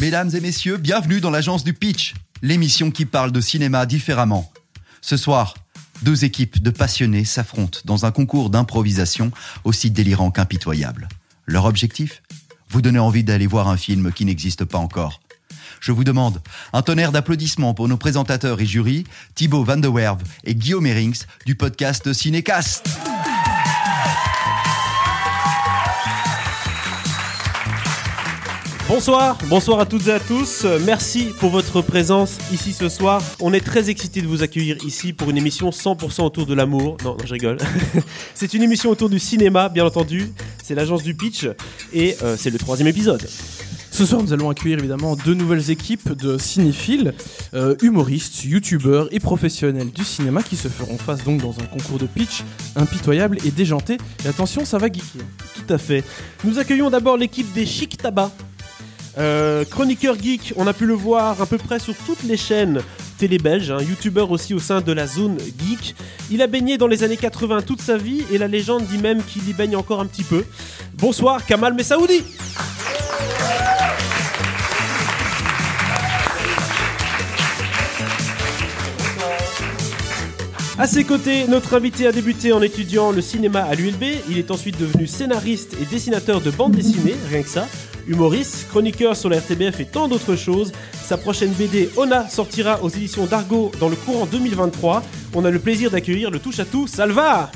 Mesdames et messieurs, bienvenue dans l'agence du Pitch, l'émission qui parle de cinéma différemment. Ce soir, deux équipes de passionnés s'affrontent dans un concours d'improvisation aussi délirant qu'impitoyable. Leur objectif Vous donner envie d'aller voir un film qui n'existe pas encore. Je vous demande un tonnerre d'applaudissements pour nos présentateurs et jurys, Thibaut Van de Werve et Guillaume Erings du podcast Cinécast. Bonsoir, bonsoir à toutes et à tous. Euh, Merci pour votre présence ici ce soir. On est très excités de vous accueillir ici pour une émission 100% autour de l'amour. Non, non, je rigole. c'est une émission autour du cinéma, bien entendu. C'est l'agence du pitch et euh, c'est le troisième épisode. Ce soir, nous allons accueillir évidemment deux nouvelles équipes de cinéphiles, euh, humoristes, youtubeurs et professionnels du cinéma qui se feront face donc dans un concours de pitch impitoyable et déjanté. Et attention, ça va geeker. Tout à fait. Nous accueillons d'abord l'équipe des Chic Tabac. Euh, chroniqueur geek, on a pu le voir à peu près sur toutes les chaînes télé belges, un youtubeur aussi au sein de la zone geek. Il a baigné dans les années 80 toute sa vie et la légende dit même qu'il y baigne encore un petit peu. Bonsoir Kamal Messaoudi À ses côtés, notre invité a débuté en étudiant le cinéma à l'ULB. Il est ensuite devenu scénariste et dessinateur de bande dessinée, rien que ça. Humoriste, chroniqueur sur la RTBF et tant d'autres choses. Sa prochaine BD, Ona, sortira aux éditions d'Argo dans le courant 2023. On a le plaisir d'accueillir le touche à tout Salva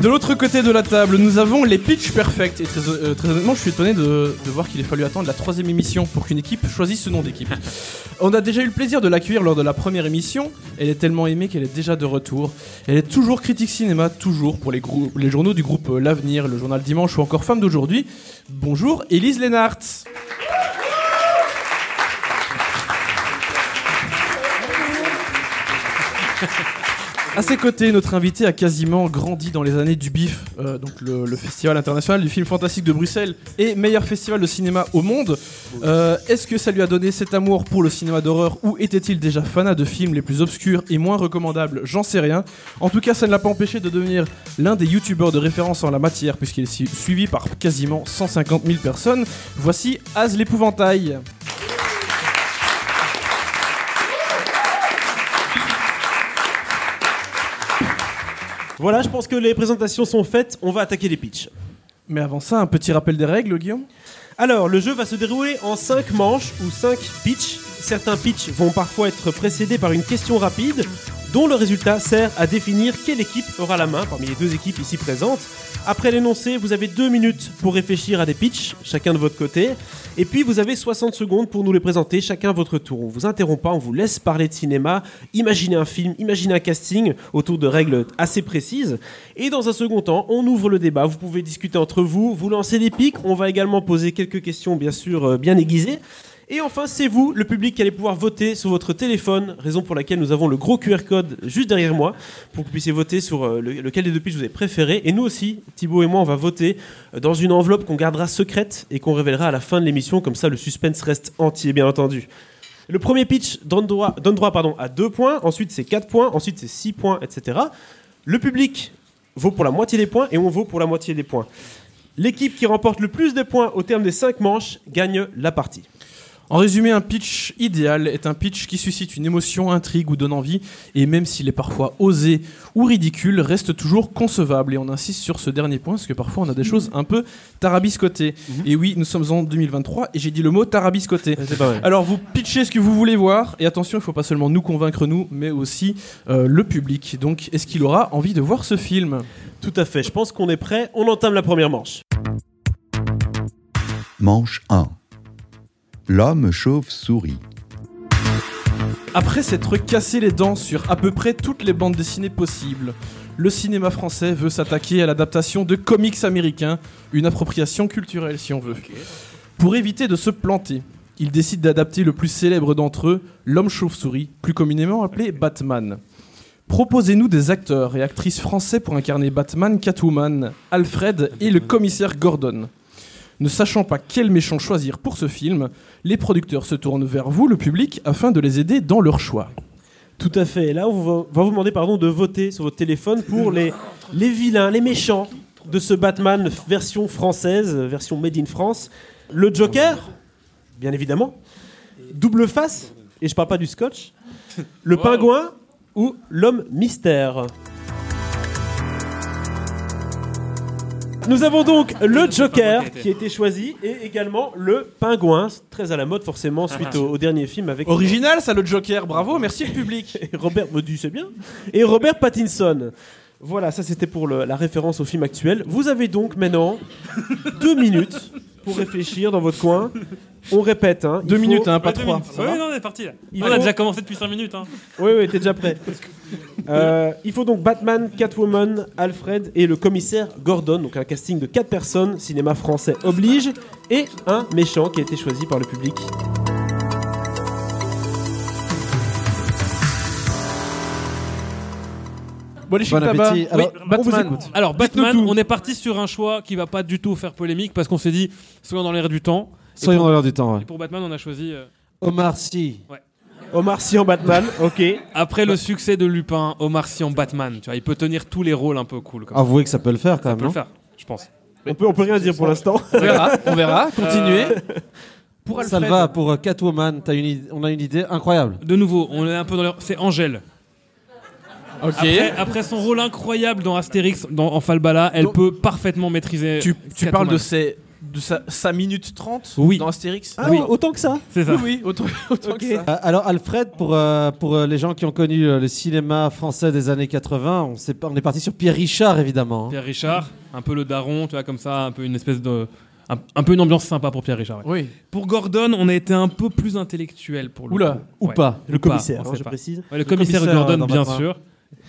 De l'autre côté de la table, nous avons les pitch perfect. Et très, euh, très honnêtement, je suis étonné de, de voir qu'il ait fallu attendre la troisième émission pour qu'une équipe choisisse ce nom d'équipe. On a déjà eu le plaisir de l'accueillir lors de la première émission. Elle est tellement aimée qu'elle est déjà de retour. Elle est toujours critique cinéma, toujours pour les, grou- les journaux du groupe euh, L'Avenir, le journal Dimanche ou encore Femme d'aujourd'hui. Bonjour, Élise Lénart. À ses côtés, notre invité a quasiment grandi dans les années du BIF, euh, donc le, le festival international du film fantastique de Bruxelles et meilleur festival de cinéma au monde. Euh, Est-ce que ça lui a donné cet amour pour le cinéma d'horreur ou était-il déjà fanat de films les plus obscurs et moins recommandables J'en sais rien. En tout cas, ça ne l'a pas empêché de devenir l'un des youtubeurs de référence en la matière puisqu'il est su- suivi par quasiment 150 000 personnes. Voici Az l'épouvantail. Voilà, je pense que les présentations sont faites. On va attaquer les pitchs. Mais avant ça, un petit rappel des règles, Guillaume Alors, le jeu va se dérouler en 5 manches ou 5 pitchs. Certains pitchs vont parfois être précédés par une question rapide dont le résultat sert à définir quelle équipe aura la main parmi les deux équipes ici présentes. Après l'énoncé, vous avez 2 minutes pour réfléchir à des pitchs, chacun de votre côté. Et puis vous avez 60 secondes pour nous les présenter, chacun à votre tour. On vous interrompt pas, on vous laisse parler de cinéma, imaginer un film, imaginer un casting autour de règles assez précises. Et dans un second temps, on ouvre le débat. Vous pouvez discuter entre vous, vous lancer des pics. On va également poser quelques questions, bien sûr, euh, bien aiguisées. Et enfin, c'est vous, le public, qui allez pouvoir voter sur votre téléphone, raison pour laquelle nous avons le gros QR code juste derrière moi, pour que vous puissiez voter sur euh, le- lequel des deux pitchs vous avez préféré. Et nous aussi, Thibaut et moi, on va voter euh, dans une enveloppe qu'on gardera secrète et qu'on révélera à la fin de l'émission, comme ça le suspense reste entier, bien entendu. Le premier pitch donne droit, donne droit, pardon, à 2 points, ensuite c'est 4 points, ensuite c'est 6 points, etc. Le public vaut pour la moitié des points et on vaut pour la moitié des points. L'équipe qui remporte le plus de points au terme des 5 manches gagne la partie. En résumé, un pitch idéal est un pitch qui suscite une émotion, intrigue ou donne envie, et même s'il est parfois osé ou ridicule, reste toujours concevable. Et on insiste sur ce dernier point, parce que parfois on a des choses un peu tarabiscotées. Et oui, nous sommes en 2023, et j'ai dit le mot tarabiscoté. C'est pas vrai. Alors vous pitchez ce que vous voulez voir, et attention, il ne faut pas seulement nous convaincre nous, mais aussi euh, le public. Donc est-ce qu'il aura envie de voir ce film Tout à fait, je pense qu'on est prêt. On entame la première manche. Manche 1. L'homme chauve-souris. Après s'être cassé les dents sur à peu près toutes les bandes dessinées possibles, le cinéma français veut s'attaquer à l'adaptation de comics américains, une appropriation culturelle si on veut. Pour éviter de se planter, ils décident d'adapter le plus célèbre d'entre eux, l'homme chauve-souris, plus communément appelé Batman. Proposez-nous des acteurs et actrices français pour incarner Batman, Catwoman, Alfred et le commissaire Gordon. Ne sachant pas quel méchant choisir pour ce film, les producteurs se tournent vers vous, le public, afin de les aider dans leur choix. Tout à fait. Et là, on va, va vous demander pardon de voter sur votre téléphone pour les, les vilains, les méchants de ce Batman version française, euh, version made in France. Le Joker, bien évidemment. Double face, et je parle pas du scotch. Le pingouin ou l'homme mystère. Nous avons donc le Joker qui a été choisi et également le pingouin, très à la mode forcément suite au, au dernier film avec Original, ça, le Joker. Bravo, merci le public. et Robert Modu, c'est bien. Et Robert Pattinson. Voilà, ça c'était pour le- la référence au film actuel. Vous avez donc maintenant deux minutes pour réfléchir dans votre coin. On répète, hein. il Deux faut- minutes, hein, pas trois. Oui, non, on est parti là. Il on faut- a déjà commencé depuis 5 minutes. Hein. Oui, oui, t'es déjà prêt. Euh, il faut donc Batman, Catwoman, Alfred et le commissaire Gordon, donc un casting de quatre personnes, cinéma français oblige, et un méchant qui a été choisi par le public. Bon, les chics Bon tabac. appétit. Alors, oui, on Batman. Alors, Dites-nous Batman, tout. on est parti sur un choix qui va pas du tout faire polémique parce qu'on s'est dit, soyons dans l'air du temps. Soyons dans l'heure du temps. Et pour Batman, on a choisi. euh, Omar Sy. Omar Sy en Batman, ok. Après le succès de Lupin, Omar Sy en Batman, tu vois, il peut tenir tous les rôles un peu cool. Ah, Comme ça. Avouez que ça peut le faire quand On même, peut le non faire, je pense. On peut, on peut rien dire pour l'instant. On verra, on verra. Continuez. Pour Alfred. Salva pour euh, Catwoman, t'as une id- on a une idée incroyable. De nouveau, on est un peu dans l'air. C'est Angèle. Ok. Après, après son rôle incroyable dans Astérix, dans, en Falbala, elle Donc- peut parfaitement maîtriser. tu, tu Catwoman. parles de, ses, de sa, sa minute 30 Oui. dans Astérix Ah, autant que ça. C'est ça. Oui, oui, autant, autant Ok. que ça. Euh, alors Alfred, pour, euh, pour euh, les gens qui ont connu euh, le cinéma français des années 80, on, s'est pas- on est parti sur Pierre Richard évidemment. hein. Pierre Richard, un peu le daron, tu vois, comme ça, un peu une espèce de. Un, un peu une ambiance sympa pour Pierre Richard. ouais. Oui. Pour Gordon, on a été un peu plus intellectuel pour le Oula, coup. Ou Ouais. pas. Ou Le commissaire, on hein, sait je pas. précise. Ouais, le, commissaire, commissaire, Gordon, dans bien Batman. sûr.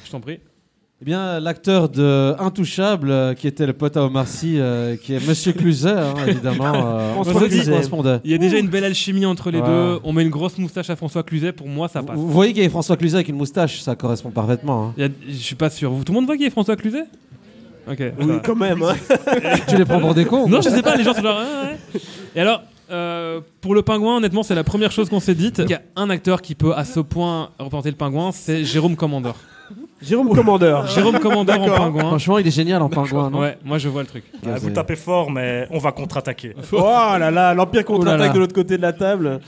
Je t'en prie. Eh bien l'acteur de Intouchable, euh, qui était le pote à Omar Sy, euh, qui est Monsieur Cluzet hein, évidemment, euh, François François Cluzet. correspondait. Il y a déjà une belle alchimie entre les Ouais. deux. On met une grosse moustache à François Cluzet, pour moi, ça passe. Vous voyez qu'il y a François Cluzet avec une moustache, ça correspond parfaitement. hein. Il y a- Je suis pas sûr. Vous- Tout le monde voit qui est François Cluzet Ok. ça Oui, va. quand même. hein. tu les prends pour des cons Non, je sais pas, les gens sont genre. Ah, ouais. Et alors, euh, pour le pingouin, honnêtement, c'est la première chose qu'on s'est dite. Il y a un acteur qui peut à ce point représenter le pingouin, c'est Jérôme Commandeur. Jérôme Commandeur. Jérôme Commandeur en pingouin. Franchement, il est génial en pingouin, non Ouais, moi je vois le truc. Ah, vous tapez fort, mais on va contre-attaquer. Oh là là, l'Empire Oh là contre-attaque là. de l'autre côté de la table.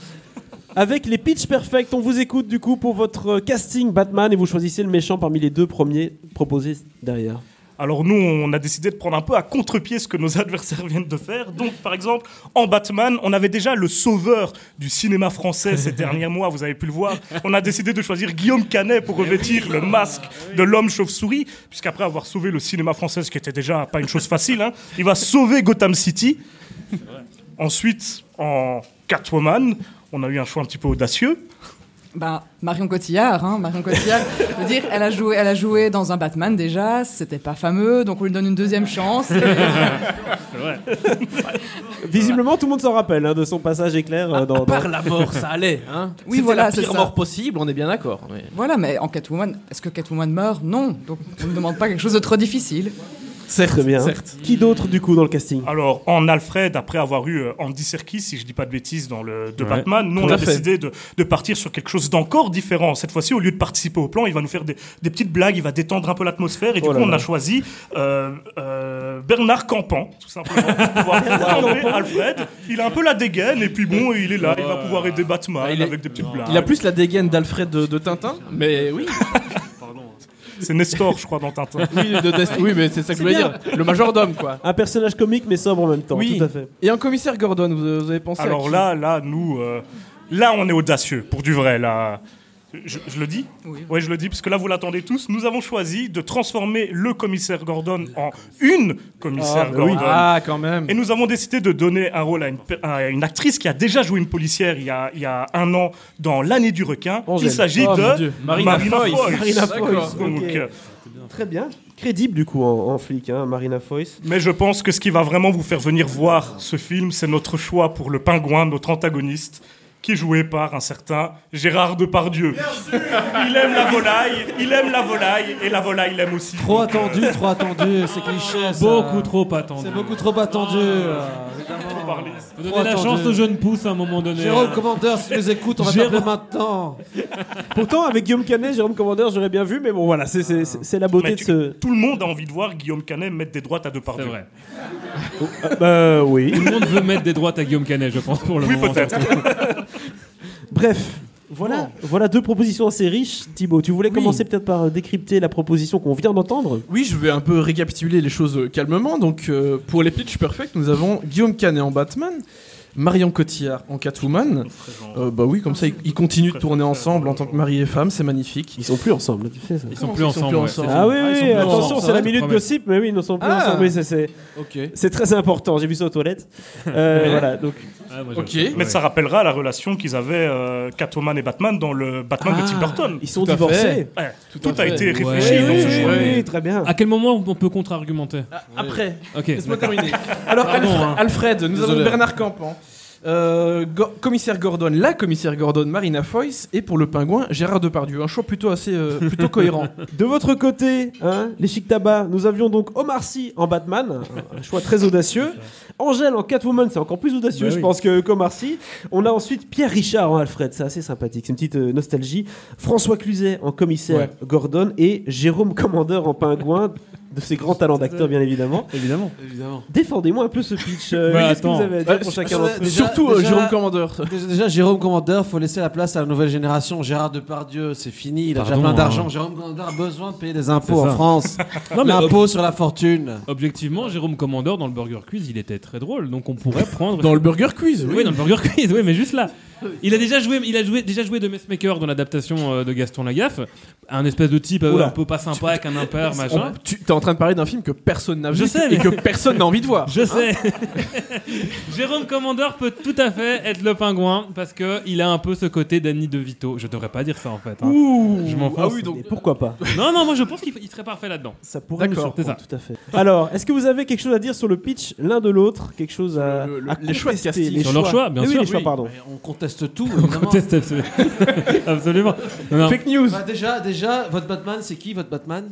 Avec les pitch perfect, on vous écoute du coup pour votre euh, casting Batman et vous choisissez le méchant parmi les deux premiers proposés derrière. Alors nous, on a décidé de prendre un peu à contre-pied ce que nos adversaires viennent de faire. Donc, par exemple, en Batman, on avait déjà le sauveur du cinéma français ces derniers mois, vous avez pu le voir. On a décidé de choisir Guillaume Canet pour revêtir le masque de l'homme chauve-souris, puisqu'après avoir sauvé le cinéma français, ce qui était déjà pas une chose facile, hein, il va sauver Gotham City. Ensuite, en Catwoman, on a eu un choix un petit peu audacieux. Bah, Marion Cotillard, hein, Marion Cotillard, je veux dire, elle a joué, elle a joué dans un Batman déjà, c'était pas fameux, donc on lui donne une deuxième chance. Visiblement, tout le monde s'en rappelle hein, de son passage éclair euh, dans. dans- Par Ah, la mort, ça allait. Hein Oui, C'était voilà, la c'est pire ça. mort possible, on est bien d'accord. Oui. voilà, mais en Catwoman, est-ce que Catwoman meurt Non, donc on ne demande pas quelque chose de trop difficile. Certes, Très bien. certes. Qui d'autre du coup dans le casting Alors, en Alfred, après avoir eu euh, Andy Serkis, si je dis pas de bêtises, dans le de Ouais, Batman, nous, tout on à a fait. décidé de, de partir sur quelque chose d'encore différent. Cette fois-ci, au lieu de participer au plan, il va nous faire des, des petites blagues, il va détendre un peu l'atmosphère. Et du Oh là coup, on là. a choisi euh, euh, Bernard Campan, tout simplement, pour pouvoir camper Alfred. Il a un peu la dégaine, et puis bon, il est là, il va pouvoir aider Batman Ah, il est- avec des petites blagues. Il a plus la dégaine d'Alfred de, de Tintin, mais oui, C'est Nestor, je crois, dans Tintin. oui, de Dest- oui, mais c'est ça que je voulais dire. Le majordome, quoi. Un personnage comique mais sobre en même temps. oui, Tout à fait. Et un commissaire Gordon, vous, vous avez pensé à Alors qui là, là, nous, euh, là, on est audacieux, pour du vrai, là. Je, je le dis Oui. Ouais, je le dis, parce que là, vous l'attendez tous. Nous avons choisi de transformer le commissaire Gordon en une commissaire bah oui. Gordon. Ah, quand même. Et nous avons décidé de donner un rôle à une, pe- à une actrice qui a déjà joué une policière il y a, il y a un an dans L'année du requin. Angèle. Il s'agit Oh, mon de Dieu. Marina Foïs. Marina D'accord. Foïs. Donc, ok. euh, Très bien. Crédible du coup en, en flic, hein, Marina Foïs. mais je pense que ce qui va vraiment vous faire venir voir ce film, c'est notre choix pour le pingouin, notre antagoniste, qui est joué par un certain Gérard Depardieu. Il aime la volaille, il aime la volaille, et la volaille l'aime aussi. euh, Trop attendu, trop attendu, c'est cliché. ça. Beaucoup trop attendu. Ah. C'est beaucoup trop attendu. euh, évidemment. en parler. ici. Faut donner la chance aux jeunes pousses à un moment donné. hein. Jérôme Commander, si tu nous écoutes, on va Jérôme- t'appeler maintenant. Pourtant, avec Guillaume Canet, Jérôme Commander, j'aurais bien vu, mais bon, voilà, c'est- c'est c'est- c'est la Mais beauté de tu- ce. Tout le monde a envie de voir Guillaume Canet mettre des droites à deux par C'est deux. vrai. Euh, oui. Tout le monde veut mettre des droites à Guillaume Canet, je pense, pour le Oui, moment. peut-être. Bref, voilà, voilà deux propositions assez riches. Thibaut, tu voulais Oui. commencer peut-être par euh, décrypter la proposition qu'on vient d'entendre Oui, je vais un peu récapituler les choses euh, calmement. Donc, euh, pour les pitchs perfects, nous avons Guillaume Canet en Batman, Marion Cotillard en Catwoman. Euh, bah oui, comme ça, ils, ils continuent de tourner ensemble en tant que mari et femme, c'est magnifique. Ils sont plus ensemble, tu sais ça. Ils sont Comment plus ça, ils sont plus ensemble. ouais, ensemble c'est Ah oui, fini. Ah, oui, oui, ils sont plus attention, ensemble, c'est la minute promet. gossip, mais oui, ils ne sont plus Ah. ensemble, oui, c'est- c'est Ok. c'est très important, j'ai vu ça aux toilettes. Euh, voilà, donc Ah, moi, Ok. je- ouais. Mais ça rappellera la relation qu'ils avaient euh, Catwoman et Batman dans le Batman de Tim Burton. ils sont Tout à divorcés. Ouais, tout, à a fait. été Ouais. réfléchi Oui, dans ce oui, jeu. oui. Ouais. très bien. À quel moment on peut contre-argumenter Après, Ok. Ah, laisse-moi terminer. Alors, Pardon, Alfred, hein. Alfred, nous Désolé. avons Bernard Campan. euh, Go- commissaire Gordon, la commissaire Gordon, Marina Foyce, et pour le pingouin, Gérard Depardieu. Un choix plutôt assez euh, plutôt cohérent. De votre côté, hein, les chic tabac, nous avions donc Omar Sy en Batman, un, un choix très audacieux. Angèle en Catwoman, c'est encore plus audacieux, Bah je oui. pense, que qu'Omar Sy. On a ensuite Pierre Richard en Alfred, c'est assez sympathique, c'est une petite euh, nostalgie. François Cluzet en commissaire Ouais. Gordon et Jérôme Commandeur en Pingouin, de ses grands talents d'acteur, bien évidemment. Évidemment. Défendez-moi un peu ce pitch. euh, Bah, Qu'est-ce que attends. vous avez à dire pour chacun d'entre vous Déjà- Surtout euh, déjà- Jérôme Commandeur. Déjà, déjà, Jérôme Commander, faut laisser la place à la nouvelle génération. Gérard Depardieu, c'est fini, il a déjà Pardon, plein hein. d'argent. Jérôme Commander a besoin de payer des impôts C'est en ça. France. Non, mais euh, ob- L'impôt sur la fortune. objectivement, Jérôme Commandeur dans le Burger Quiz, il était très drôle, donc on pourrait prendre. Dans le Burger Quiz, oui. Oui, dans le Burger Quiz, oui, mais juste là. Il a déjà joué, il a joué, déjà joué de Messmaker dans l'adaptation euh, de Gaston Lagaffe, un espèce de type euh, Oula. un peu pas sympa, avec un impair, On- machin. tu es en train de parler d'un film que personne n'a vu Je sais, et mais- que personne n'a envie de voir. Je sais. hein. Jérôme Commandeur peut tout à fait être le pingouin parce que il a un peu ce côté d'Annie de Vito. Je devrais pas dire ça en fait. hein. Je m'en Ah fous. oui, Mais donc Pourquoi pas Non, non, moi je pense qu'il f- il serait parfait là-dedans. Ça pourrait nous D'accord, surprendre, c'est tout à fait. Alors, est-ce que vous avez quelque chose à dire sur le pitch l'un de l'autre Quelque chose à, Le- le- à les choix de contester, casting. les Sur leurs choix, bien Mais oui, sûr, les choix, oui. pardon. Mais on conteste tout. On évidemment. conteste absolument. absolument. Non, non. fake news. Bah, déjà, déjà, votre Batman, c'est qui votre Batman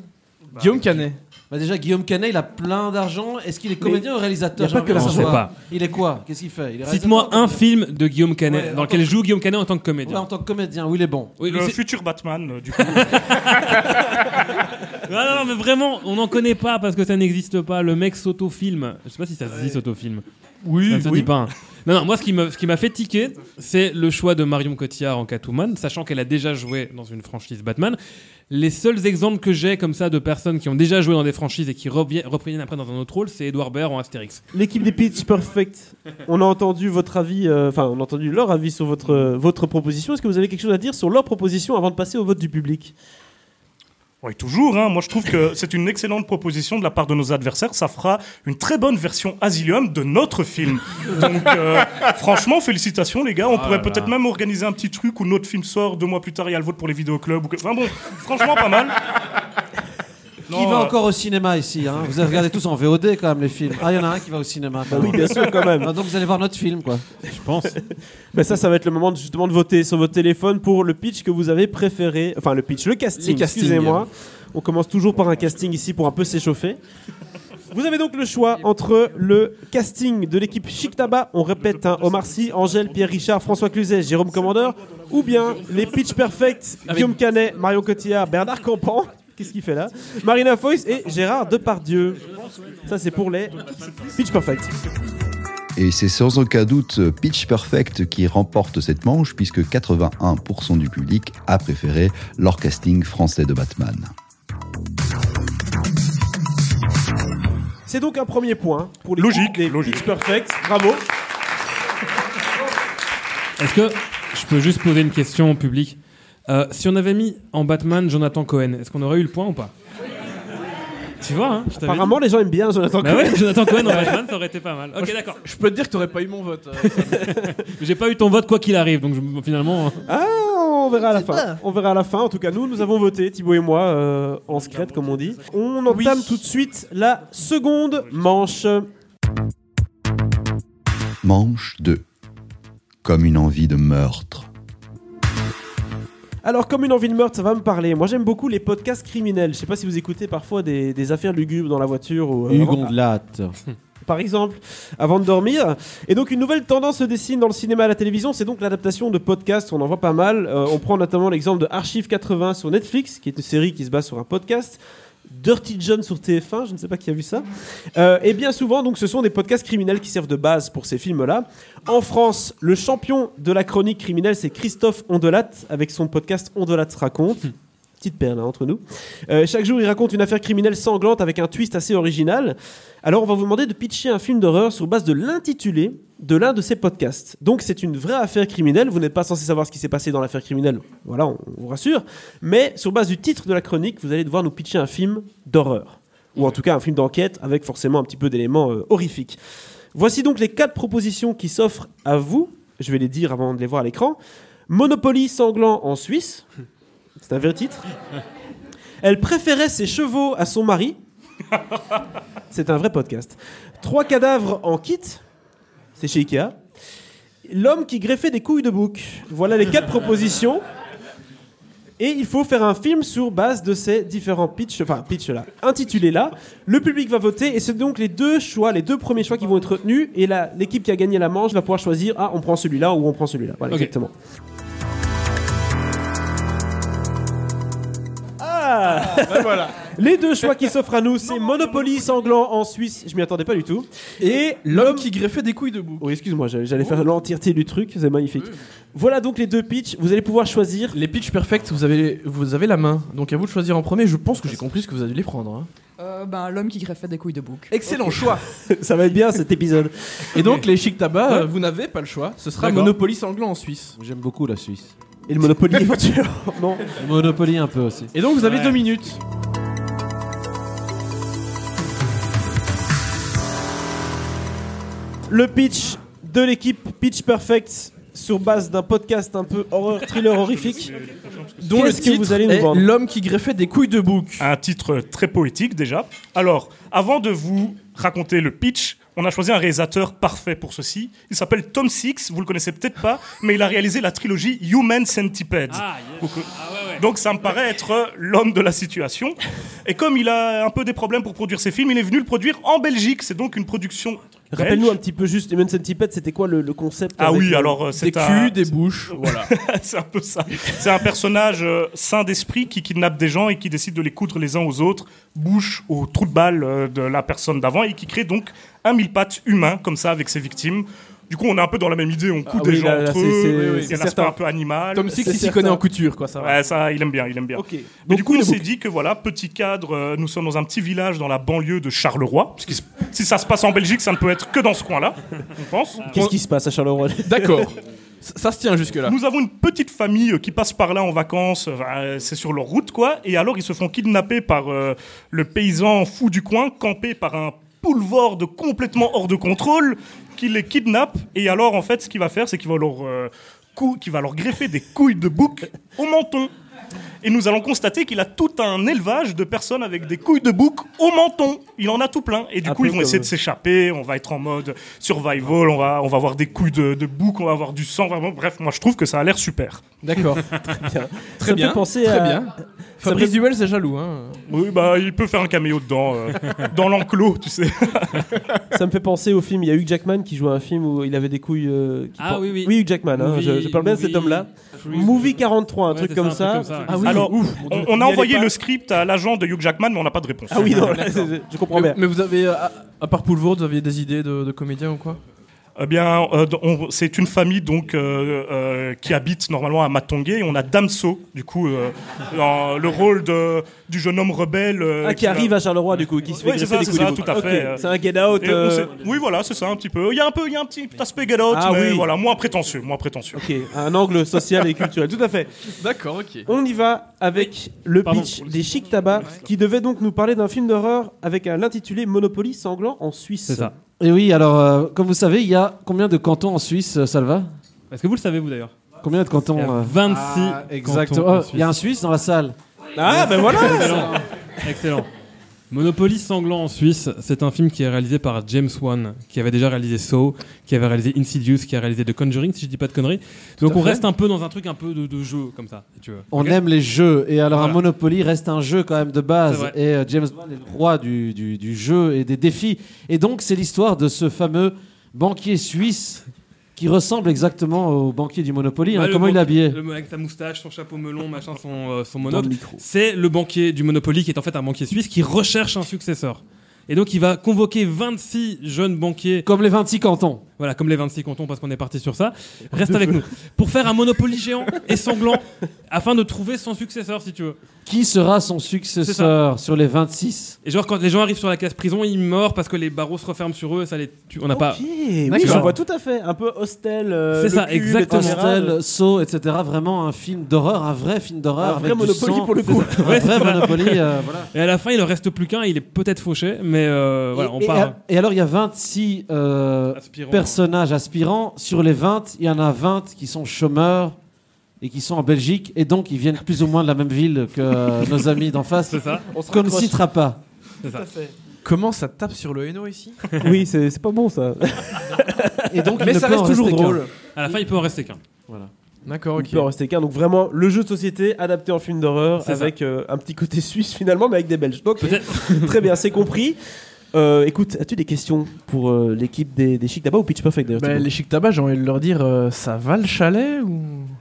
Guillaume Canet. bah, Déjà, Guillaume Canet, il a plein d'argent. Est-ce qu'il est comédien ou réalisateur y a pas J'ai que la- envie de On sait savoir. pas. Il est quoi Qu'est-ce qu'il fait Il est Cite-moi réalisateur un film de Guillaume Canet Ouais, dans en lequel tant- joue Guillaume Canet en tant que Ouais, en comédien. tant que comédien, oui, il est bon. Oui, mais Le c'est- futur Batman, euh, du coup. Non, non, non, mais vraiment, on n'en connaît pas parce que ça n'existe pas. Le mec s'autofilme. Je sais pas si ça se dit s'autofilme. Oui, ça ne se dit pas. hein. Non, non, moi, ce qui me- ce qui m'a fait tiquer, c'est le choix de Marion Cotillard en Catwoman, sachant qu'elle a déjà joué dans une franchise Batman. Les seuls exemples que j'ai comme ça de personnes qui ont déjà joué dans des franchises et qui revient- reprennent après dans un autre rôle, c'est Edouard Baird en Astérix. L'équipe des Pitch Perfect, on a entendu votre avis, euh, enfin, on a entendu leur avis sur votre, euh, votre proposition. Est-ce que vous avez quelque chose à dire sur leur proposition avant de passer au vote du public Oui, toujours. hein. Moi, je trouve que c'est une excellente proposition de la part de nos adversaires. Ça fera une très bonne version Asylum de notre film. Donc, euh, franchement, félicitations, les gars. On Ah pourrait là peut-être là. même organiser un petit truc où notre film sort deux mois plus tard. Il y a le vote pour les vidéoclubs. Ou que... Enfin bon, franchement, pas mal. Qui Non, va euh, encore au cinéma ici hein Vous avez regardé tous en VOD quand même les films. Ah, il y en a un qui va au cinéma. quand même. Bien sûr, quand même. Ah, donc vous allez voir notre film quoi. Je pense. Ben ça, ça va être le moment de, justement de voter sur votre téléphone pour le pitch que vous avez préféré. Enfin, le pitch, le casting. Les castings. Excusez-moi. On commence toujours par un casting ici pour un peu s'échauffer. Vous avez donc le choix entre le casting de l'équipe Chic Tabac, on répète, hein, Omar Sy, Angèle, Pierre Richard, François Cluzet, Jérôme Commandeur, ou bien les pitch perfects, Guillaume Canet, Marion Cotillard, Bernard Campan, qu'est-ce qu'il fait là Marina Foïs et Gérard Depardieu. Ça, c'est pour les pitch perfects. Et c'est sans aucun doute Pitch Perfect qui remporte cette manche puisque 81% du public a préféré leur casting français de Batman. C'est donc un premier point pour les Logique, des logique. Pitch Perfect. Bravo. Est-ce que je peux juste poser une question au public Euh, Si on avait mis en Batman Jonathan Cohen, est-ce qu'on aurait eu le point ou pas Tu vois, hein, je t'avais Apparemment, les gens aiment bien Jonathan dit. Bah ouais, Jonathan Cohen en Batman, ça aurait été pas mal. Ok, d'accord. Je peux te dire que t'aurais pas eu mon vote. euh. J'ai pas eu ton vote quoi qu'il arrive, donc je- finalement. euh, Ah, On verra à la fin. On verra à la fin. En tout cas, nous, nous avons voté, Thibaut et moi, euh, en secret, comme on dit. On entame tout de suite la seconde manche. Manche 2. Comme une envie de meurtre. Alors, comme une envie de meurtre, ça va me parler. Moi, j'aime beaucoup les podcasts criminels. Je sais pas si vous écoutez parfois des, des affaires lugubres dans la voiture ou. euh, Hugondelat. par exemple, avant de dormir. Et donc, une nouvelle tendance se dessine dans le cinéma et la télévision, c'est donc l'adaptation de podcasts. On en voit pas mal. Euh, on prend notamment l'exemple de Archive 80 sur Netflix, qui est une série qui se base sur un podcast. Dirty John sur TF1, je ne sais pas qui a vu ça. Euh, et bien souvent, donc, ce sont des podcasts criminels qui servent de base pour ces films-là. En France, le champion de la chronique criminelle, c'est Christophe Ondelat, avec son podcast Ondelat se raconte. Petite perle hein, entre nous. Euh, chaque jour, il raconte une affaire criminelle sanglante avec un twist assez original. Alors, on va vous demander de pitcher un film d'horreur sur base de l'intitulé de l'un de ses podcasts. Donc, c'est une vraie affaire criminelle. Vous n'êtes pas censé savoir ce qui s'est passé dans l'affaire criminelle. Voilà, on vous rassure. Mais sur base du titre de la chronique, vous allez devoir nous pitcher un film d'horreur. Ou en tout cas un film d'enquête avec forcément un petit peu d'éléments euh, horrifiques. Voici donc les quatre propositions qui s'offrent à vous. Je vais les dire avant de les voir à l'écran. Monopoly sanglant en Suisse. C'est un vrai titre. Elle préférait ses chevaux à son mari. C'est un vrai podcast. Trois cadavres en kit. C'est chez Ikea. L'homme qui greffait des couilles de bouc. Voilà les quatre propositions. Et il faut faire un film sur base de ces différents pitchs, enfin pitch là, intitulé là. Le public va voter et c'est donc les deux choix, les deux premiers choix qui vont être retenus. Et la- l'équipe qui a gagné la manche va pouvoir choisir ah on prend celui-là ou on prend celui-là. Voilà, Ok. exactement. Ah Les deux choix qui s'offrent à nous, c'est Monopoly sanglant en Suisse. Je m'y attendais pas du tout. Et L'homme qui greffait des couilles debout. oui, excuse-moi, j'allais j'allais Oh. faire l'entièreté du truc, c'est magnifique. Voilà donc les deux pitchs, vous allez pouvoir choisir. Les pitch perfect, vous avez, vous avez la main. Donc à vous de choisir en premier. Je pense que j'ai compris ce que vous allez les prendre. hein. Euh, ben, l'homme qui greffait des couilles de bouc. Excellent choix. Ça va être bien cet épisode. Et donc les chic tabac, euh, vous n'avez pas le choix. Ce sera D'accord. Monopoly sanglant en Suisse. J'aime beaucoup la Suisse. Et le Monopoly éventuellement. Monopoly un peu aussi. Et donc vous avez Ouais. deux minutes. Le pitch de l'équipe Pitch Perfect sur base d'un podcast un peu horreur, thriller horrifique. Dont le Qu'est-ce que titre vous allez nous est vendre L'homme qui greffait des couilles de bouc. Un titre très poétique déjà. Alors, avant de vous raconter le pitch, on a choisi un réalisateur parfait pour ceci. Il s'appelle Tom Six, vous le connaissez peut-être pas, mais il a réalisé la trilogie Human Centipede. Ah, yes. Donc, euh, Ah ouais, ouais. Donc ça me paraît être l'homme de la situation. Et comme il a un peu des problèmes pour produire ses films, il est venu le produire en Belgique. C'est donc une production. Rappelle-nous un belge. petit peu juste, Human Centipede, c'était quoi le, le concept Ah avec oui, le- alors euh, Des c'est culs, un, des bouches. Voilà. c'est un peu ça. C'est un personnage euh, sain d'esprit qui kidnappe des gens et qui décide de les coudre les uns aux autres, bouche au trou de balle euh, de la personne d'avant et qui crée donc un mille pattes humain comme ça avec ses victimes. Du coup, on est un peu dans la même idée, on coud Ah oui, des gens là, là, entre c'est- c'est- eux, il y c'est a un aspect certain. un peu animal. Tom Six, C'est il s'y certain. connaît en couture, quoi. Ça va. Ouais, ça, il aime bien, il aime bien. Ok. Mais Donc, du coup, on couille de s'est dit que voilà, petit cadre, euh, nous sommes dans un petit village dans la banlieue de Charleroi. Parce que si ça se passe en Belgique, ça ne peut être que dans ce coin-là, on pense. Qu'est-ce qui se passe à Charleroi D'accord. ça, ça se tient jusque-là. Nous avons une petite famille euh, qui passe par là en vacances, euh, euh, c'est sur leur route quoi, et alors ils se font kidnapper par euh, le paysan fou du coin, campé par un boulevard de complètement hors de contrôle, qui les kidnappe, et alors en fait ce qu'il va faire c'est qu'il va leur euh, cou- qu'il va leur greffer des couilles de bouc au menton. Et nous allons constater qu'il a tout un élevage de personnes avec des couilles de bouc au menton. Il en a tout plein. Et du Un coup, peu ils vont essayer comme- de s'échapper. On va être en mode survival. On va, on va avoir des couilles de, de bouc. On va avoir du sang. Vraiment, bref, moi, je trouve que ça a l'air super. D'accord. Ça Très me bien. fait penser Très à- bien. Fabrice Duel, c'est jaloux. Hein. Oui, bah, il peut faire un caméo dedans, euh, dans l'enclos, tu sais. Ça me fait penser au film, il y a Hugh Jackman qui jouait un film où il avait des couilles... euh, qui Ah por- oui, oui. Oui, Hugh Jackman, hein, je, je parle bien de cet Movie- homme-là. Movie- Movie 43, un Ouais, truc c'est comme ça, un ça. truc comme ça. Ah oui, Alors, ouf. On, y on a allait envoyé pas. le script à l'agent de Hugh Jackman, mais on n'a pas de réponse. Ah oui, non, là, je je comprends bien. Mais, mais vous avez, euh, à, à part Poulvoorde, vous aviez des idées de, de comédiens ou quoi Eh bien, euh, d- on- c'est une famille donc euh, euh, qui habite normalement à Matongué. Et on a Damso, du coup, euh, dans le rôle de, du jeune homme rebelle. euh, Ah, qui va- arrive à Charleroi, du coup, qui se fait Ouais, c'est greffer des ça, couilles de bout. c'est ça, tout à Ok, fait. euh. C'est un euh, get-out. Et on sait- Oui, voilà, c'est ça, un petit peu. Il y a un peu, il y a un petit aspect get out, Ah mais oui. voilà, moins prétentieux, moins prétentieux. Ok, un angle social et culturel, tout à fait. D'accord, ok. On y va avec le Pardon. pitch des Chic Tabac, qui devait donc nous parler d'un film d'horreur avec un l'intitulé Monopoly sanglant en Suisse. C'est ça. Et oui, alors, euh, comme vous savez, il y a combien de cantons en Suisse, euh, Salva Est-ce que vous le savez, vous d'ailleurs Combien de cantons Il y a euh Oh, 26. Exactement. cantons en Oh, Il y a un Suisse dans la salle. Ah, ben voilà Suisse. Excellent. Excellent. Monopoly sanglant en Suisse, c'est un film qui est réalisé par James Wan, qui avait déjà réalisé Saw, qui avait réalisé Insidious, qui a réalisé The Conjuring, si je dis pas de conneries. Donc à on fait. reste un peu dans un truc un peu de, de jeu, comme ça, si tu veux. On Ok aime les jeux. Et alors, Voilà. un Monopoly reste un jeu quand même de base. C'est vrai. Et euh, James Bond est le roi du, du- du jeu et des défis. Et donc, c'est l'histoire de ce fameux banquier suisse qui ressemble exactement au banquier du Monopoly. Bah, hein, le comment il est banquier- habillé le- Avec sa moustache, son chapeau melon, machin, son, euh, son Dans monocle. le micro. C'est le banquier du Monopoly qui est en fait un banquier suisse qui recherche un successeur. Et donc il va convoquer 26 jeunes banquiers, Comme les 26 cantons. voilà, comme les 26 cantons parce qu'on est parti sur ça. Reste avec nous pour faire un Monopoly géant et sanglant afin de trouver son successeur si tu veux. Qui sera son successeur sur les 26 Et genre quand les gens arrivent sur la case prison, ils meurent parce que les barreaux se referment sur eux, ça les tue. On n'a Ah, pas Ok, oui, D'accord. je vois tout à fait. Un peu hostel. euh, C'est le ça, cul, exactement. etc. Hostel, euh, Saw, etc. Vraiment un film d'horreur, un vrai film d'horreur. Un vrai avec du Monopoly sang, pour le coup. Un vrai Monopoly, euh, voilà. Et à la fin, il ne reste plus qu'un, il est peut-être fauché, mais euh, voilà, et, on et- part. et alors, il y a 26 euh, aspirant. personnages aspirants. Sur les 20, il y en a 20 qui sont chômeurs et qui sont en Belgique. Et donc, ils viennent plus ou moins de la même ville que euh, nos amis d'en face. C'est ça, On se Comme raccroche. citera pas. c'est ça. Comment ça tape sur le Hainaut ici oui, c'est c'est pas bon ça. Et donc, il Mais ne ça peut en reste toujours rester qu'un. drôle. À la fin, il peut en rester qu'un. D'accord, Il ok. peut en rester qu'un. Donc vraiment, le jeu de société adapté en film d'horreur C'est ça. avec euh, un petit côté suisse finalement, mais avec des Belges. Donc Peut-être. très bien, c'est compris. Euh, écoute, as-tu des questions pour euh, l'équipe des, des Chic Tabac ou Pitch Perfect d'ailleurs Bah, Thibaut les chics tabac, j'ai envie de leur dire euh, ça va le chalet ou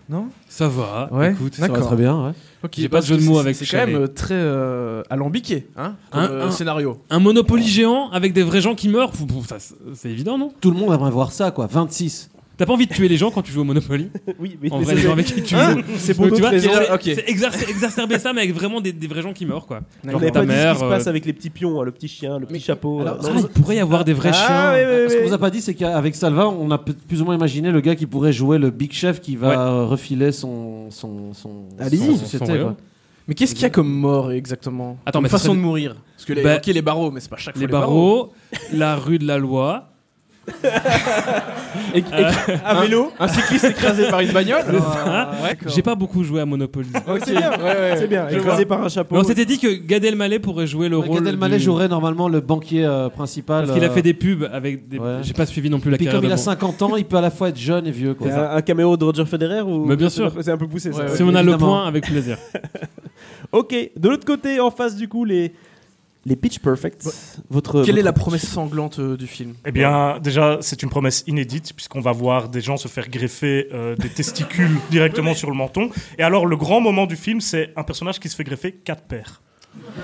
non Ça va. Ouais, écoute, Ça va très bien, ouais. Ok, J'ai pas parce de jeu de que mots c'est- avec C'est le quand chalet. même euh, très euh, alambiqué, hein, comme Un- euh, un- scénario. Un monopoly géant avec des vrais gens qui meurent, Pouf, pouf, ça, c'est c'est évident, non Tout le monde aimerait voir ça, quoi. 26. T'as pas envie de tuer les gens quand tu joues au Monopoly Oui, mais, En mais vrai, les c'est- gens avec qui tu Hein joues. c'est pour Donc, tu d'autres vois, raisons. c'est- ok. c'est exer- exacerber ça, mais avec vraiment des, des vrais gens qui meurent, quoi. On Genre n'avait ta pas dit ce qui mère. se euh, passe avec les petits pions, hein, le petit chien, le petit chapeau. alors, euh, Ah, non, il pourrait y avoir des vrais Ah, chiens. oui, oui, Ce qu'on oui. vous a pas dit, c'est qu'avec Salva, on a peut- plus ou moins imaginé le gars qui pourrait jouer le Big Chef qui va Ouais. euh, refiler son son son, Allez, son son- société, son quoi. royaume. Mais qu'est-ce qu'il y a comme mort exactement Attends, Comme mais ça façon serait- de mourir. Parce que les, Bah, ok, les barreaux, mais c'est pas chaque fois Les barreaux, la rue de la loi. Et- et- Un ah, vélo un cycliste écrasé par une bagnole. ça. Ouais, d'accord. J'ai pas beaucoup joué à Monopoly. Ok, ouais, ouais. C'est bien, Je écrasé par un chapeau. Mais on s'était dit que Gad Elmaleh pourrait jouer le Ouais, Gad rôle. Elmaleh du- jouerait normalement le banquier euh, principal. Parce qu'il a euh, fait des pubs avec des. Ouais. J'ai pas suivi non plus la Puis carrière. comme il a d'avant. 50 ans, il peut à la fois être jeune et vieux. Quoi. C'est un, un caméo de Roger Federer ou Mais bien sûr. C'est un peu poussé. ça. Ouais, Si on a le évidemment. point, avec plaisir. Ok, de l'autre côté, en face du coup, les, les Pitch Perfect. Votre, Quelle est votre- la promesse sanglante euh, du film Eh bien, déjà, c'est une promesse inédite, puisqu'on va voir des gens se faire greffer euh, des testicules directement sur le menton. Et alors, le grand moment du film, c'est un personnage qui se fait greffer quatre paires.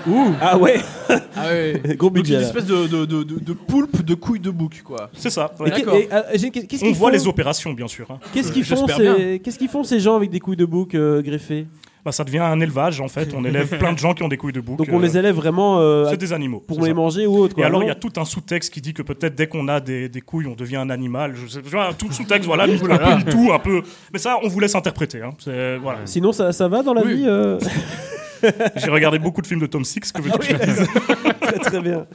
Ouh Ah ouais, Ah ouais. gros Donc, budget. une là. espèce de, de, de, de- de poulpe de couille de bouc, quoi. C'est ça. ouais. Et qu'est- D'accord. et, euh, j'ai une que- Qu'est-ce On qu'ils voit font, les opérations, bien sûr. hein. Qu'est-ce qu'ils Euh, font, j'espère ces... qu'est-ce qu'ils font ces gens avec des couilles de bouc euh, greffées Bah, ça devient un élevage, en fait. On élève plein de gens qui ont des couilles de bouc. Donc on euh, les élève vraiment euh, C'est des animaux. pour c'est les ça. manger ou autre. Et quoi, alors, il y non a tout un sous-texte qui dit que peut-être dès qu'on a des, des couilles, on devient un animal. Je sais, je vois, tout le sous-texte, voilà, un là là. peu du tout, un peu. Mais ça, on vous laisse interpréter. hein. C'est- Voilà. Sinon, ça, ça va dans la Oui. vie euh, J'ai regardé beaucoup de films de Tom Six que je Très très bien. Est-ce que Euh, moi,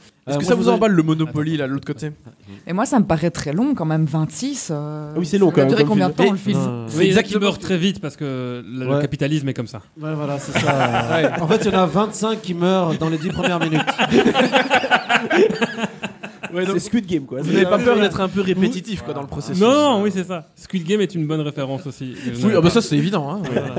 ça je vous emballe le Monopoly, là, de l'autre côté Et moi, ça me paraît très long quand même, 26. euh, Ah oui, c'est long, ça va quand même, durer comme combien de film. temps le film Non. Oui, il y en a qui exactement- meurent très vite parce que le le Ouais. capitalisme est comme ça. Ouais, voilà, c'est ça. Ouais. En fait, il y en a 25 qui meurent dans les 10 premières minutes. C'est Squid Game quoi. Vous C'est- n'avez pas peur d'être un peu répétitif, quoi, dans le processus Non, oui, c'est ça. Squid Game est une bonne référence aussi. Oui, ah bah ça c'est évident. Hein, Voilà.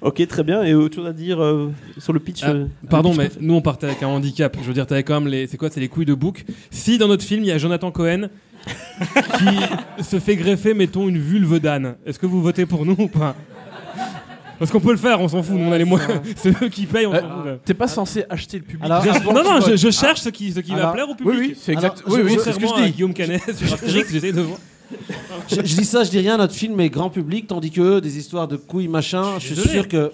Ok, très bien. Et autre chose à dire euh, sur le pitch Ah, euh, Pardon, le mais pitch nous on partait avec un handicap. Je veux dire, t'avais quand même les. C'est quoi C'est les couilles de bouc. Si dans notre film il y a Jonathan Cohen qui se fait greffer, mettons, une vulve d'âne, est-ce que vous votez pour nous ou pas Parce qu'on peut le faire, on s'en fout, nous, on a les moyens. C'est eux qui payent, on s'en fout. hein. Euh, ah, T'es pas censé acheter le public. Alors, Je- avant non, que non, tu je, votes. je cherche ce qui, ce qui va Alors- plaire au public. oui, oui, c'est Alors, exact. Oui, oui, c'est ce que Contrairement je à dis. Guillaume Canet sur Astérix, j'essaie de voir. je, je dis ça, je dis rien. Notre film est grand public, tandis que eux, des histoires de couilles, machin. Je Je suis suis sûr désolé. que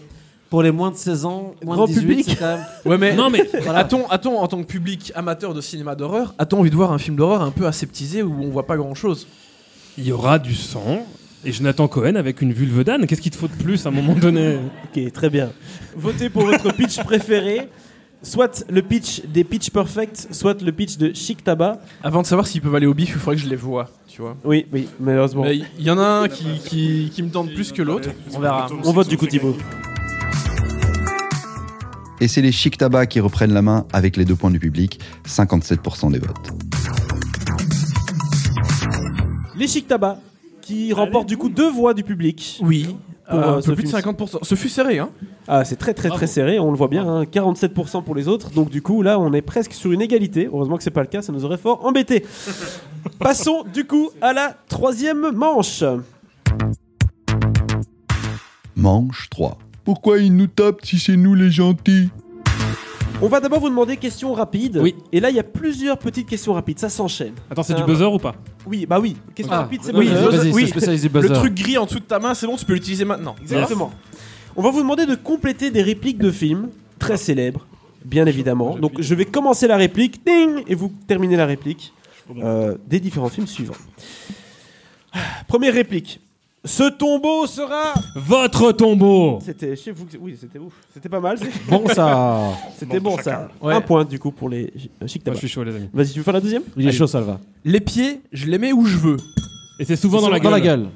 pour les moins de 16 ans, moins Grand de 18, public. c'est quand même. Ouais, mais Non, mais Voilà. a-t-on, a-t-on, en tant que public amateur de cinéma d'horreur, a-t-on envie de voir un film d'horreur un peu aseptisé où on voit pas grand-chose Il y aura du sang et Jonathan Cohen avec une vulve d'âne. Qu'est-ce qu'il te faut de plus à un moment donné Ok, très bien. Votez pour votre pitch préféré. Soit le pitch des Pitch Perfect, soit le pitch de Chic Tabac. Avant de savoir s'ils peuvent aller au bif, il faudrait que je les vois, tu vois. Oui, oui, malheureusement. Mais il y en a un qui, qui, qui me tente plus que l'autre. On verra. On vote du coup, Thibaut. Et c'est les chic tabac qui reprennent la main avec les deux points du public, 57% des votes. Les Chic Tabac, qui remportent du coup deux voix du public. Oui. Pour, euh, un ce peu plus de film. 50%. Ce fut serré, hein Ah, c'est très très très Bravo. serré, on le voit bien, hein, 47% pour les autres. Donc du coup, là, on est presque sur une égalité. Heureusement que c'est pas le cas, ça nous aurait fort embêtés. Passons du coup à la troisième manche. Manche 3. Pourquoi ils nous tapent si c'est nous les gentils On va d'abord vous demander questions rapides. Oui. Et là, il y a plusieurs petites questions rapides, ça s'enchaîne. Attends, c'est Ah, Euh, du buzzer ou pas Oui, bah oui, questions Ah, rapides, c'est oui, bon. buzzer. vas-y, Oui. c'est spécialiste du Le buzzer. truc gris en dessous de ta main, c'est bon, tu peux l'utiliser maintenant. Exactement. On va vous demander de compléter des répliques de films très célèbres, bien évidemment. Donc je vais commencer la réplique, ding, et vous terminez la réplique euh, des différents films suivants. Ah, Première réplique. Ce tombeau sera. Votre tombeau C'était chez vous. que- Oui, c'était ouf. C'était pas mal. c'est- Bon, ça. C'était Bon, bon, pour ça. Ouais. Un point du coup pour les chi- euh, chic Moi, je tabac. suis chaud, les amis. Vas-y, tu veux faire la deuxième Il est Allez. chaud, ça le va. Les pieds, je les mets où je veux. Et c'est souvent dans la Dans gueule. la gueule.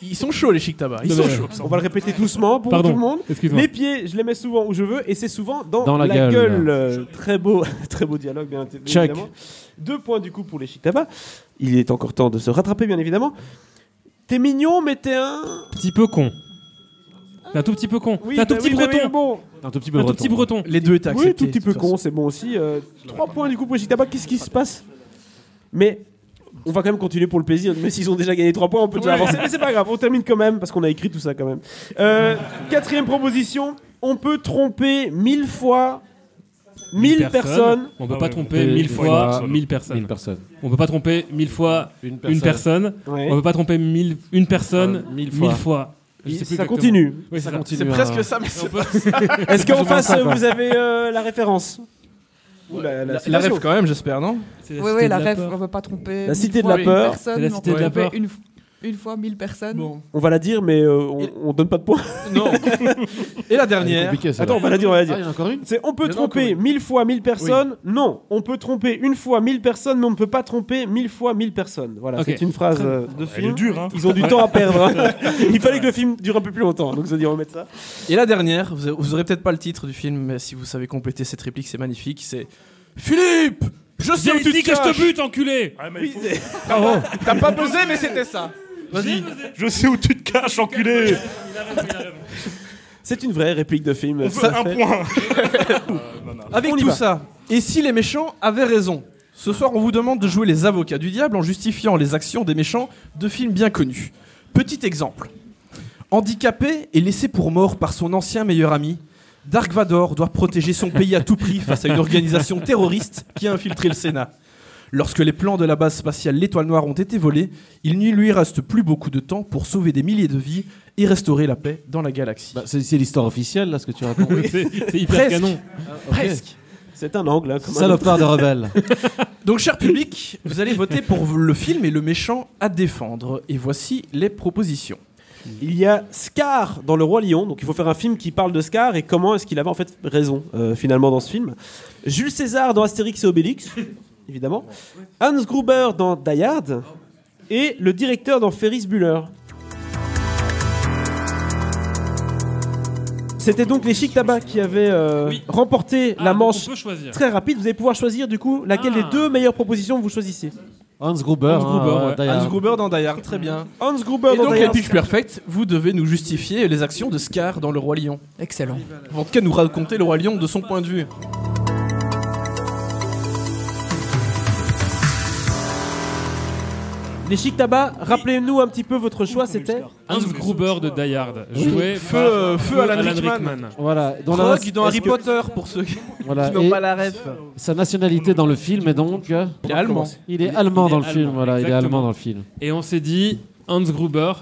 Ils sont chauds, les chic tabac. Ils Non, sont mais- chauds. On va le répéter doucement pour Pardon. tout le monde. Excuse-moi. Les pieds, je les mets souvent où je veux et c'est souvent dans, Dans la gueule. Euh, Très beau, très beau dialogue, bien bien Check. évidemment. Deux points du coup pour les chic tabac. Il est encore temps de se rattraper, bien évidemment. T'es mignon, mais t'es un. Petit peu con. T'es un tout petit peu con. T'es un tout bah petit oui, bah oui, breton. bon. Un tout petit Un tout petit breton. Les deux étaient acceptés. Oui, tout petit de peu toute con, c'est bon aussi. Euh, trois points du coup pour les chic tabac. Qu'est-ce qui se passe Mais. On va quand même continuer pour le plaisir, mais s'ils ont déjà gagné trois points, on peut déjà avancer. Mais c'est pas grave, on termine quand même, parce qu'on a écrit tout ça quand même. Euh, quatrième proposition, on peut tromper mille fois mille personnes On peut Ah pas ouais. tromper Mille mille fois fois, mille Une personnes. personne. On peut pas tromper mille fois Une une personne. Ouais. On peut pas tromper mille, une personne Ah, Euh, mille mille fois. fois. Oh, Je sais plus ça exactement. continue. Oui, c'est ça. façon. C'est presque ça, mais Et on c'est peut- Est-ce qu'en Plus ou moins face, ça, euh, quoi. vous avez euh, la référence Ou la, la La, la citation rêve quand même, j'espère, non c'est la Oui, cité oui, de la la rêve, peur. on va pas tromper. La une cité de fois la mille peur. personnes, C'est la mais on cité de peut la tromper peur. Une, f- une fois mille personnes. On va la dire, mais euh, on, on donne pas de points. Non. Et la Elle est dernière. compliquée, celle-là. Attends, on va la dire, on va la Ah, dire. il y en a encore une C'est on peut Il y en a tromper encore mille fois mille personnes. Non, on peut tromper une fois mille personnes, mais on ne peut pas tromper mille fois mille personnes. Voilà, Ok. c'est une phrase euh, de Elle est film. dure, hein. Ils ont du temps à perdre. hein. Il fallait que le film dure un peu plus longtemps, donc ils ont dit on va mettre ça. Et la dernière, vous, vous aurez peut-être pas le titre du film, mais si vous savez compléter cette réplique, c'est magnifique. C'est Philippe Je sais où J'ai tu dit te que je caches te bute, enculé Ouais, Ah, mais il faut- T'as pas buzzé, mais c'était ça. Vas-y. Je sais où tu te caches, enculé. C'est une vraie réplique de film. On tout fait à un fait. point. Avec On y tout va. ça, et si les méchants avaient raison Ce soir, on vous demande de jouer les avocats du diable en justifiant les actions des méchants de films bien connus. Petit exemple. Handicapé et laissé pour mort par son ancien meilleur ami, Dark Vador doit protéger son pays à tout prix face à une organisation terroriste qui a infiltré le Sénat. Lorsque les plans de la base spatiale L'Étoile Noire ont été volés, il ne lui reste plus beaucoup de temps pour sauver des milliers de vies et restaurer la paix dans la galaxie. Bah, C'est c'est l'histoire officielle, là, ce que tu racontes. C'est c'est hyper Presque. canon. Presque. C'est un angle. hein, comme un autre. Salopard de rebelle. Donc, cher public, vous allez voter pour le film et le méchant à défendre. Et voici les propositions. Il y a Scar dans Le Roi Lion, donc il faut faire un film qui parle de Scar et comment est-ce qu'il avait en fait raison euh, finalement dans ce film. Jules César dans Astérix et Obélix, évidemment. Hans Gruber dans Die Hard et le directeur dans Ferris Bueller. C'était donc les Chic Tabac qui avaient euh, Oui. remporté Ah, la donc manche On peut choisir. très rapide. Vous allez pouvoir choisir du coup laquelle Ah. des deux meilleures propositions vous choisissez. Hans Gruber. Hans Gruber, hein, ouais. Die Hard. Hans Gruber dans Die Hard, très bien. Hans Gruber Et dans donc, Die les Hard. pitch perfect, vous devez nous justifier les actions de Scar dans Le Roi Lion. Excellent. En tout cas, nous raconter Le Roi Lion de son point de vue. Les Chic Tabac, rappelez-nous un petit peu votre choix. C'était Hans Gruber de Die Hard, joué Feu, par euh, feu Alan Rickman. Voilà, dans la- Rogue dans Harry Potter, pour ceux qui voilà, n'ont et pas la ref. sa nationalité dans le film est donc. euh, Il est allemand. Il est allemand il est dans le film, allemand, voilà, il est exactement. allemand dans le film. Et on s'est dit, Hans Gruber,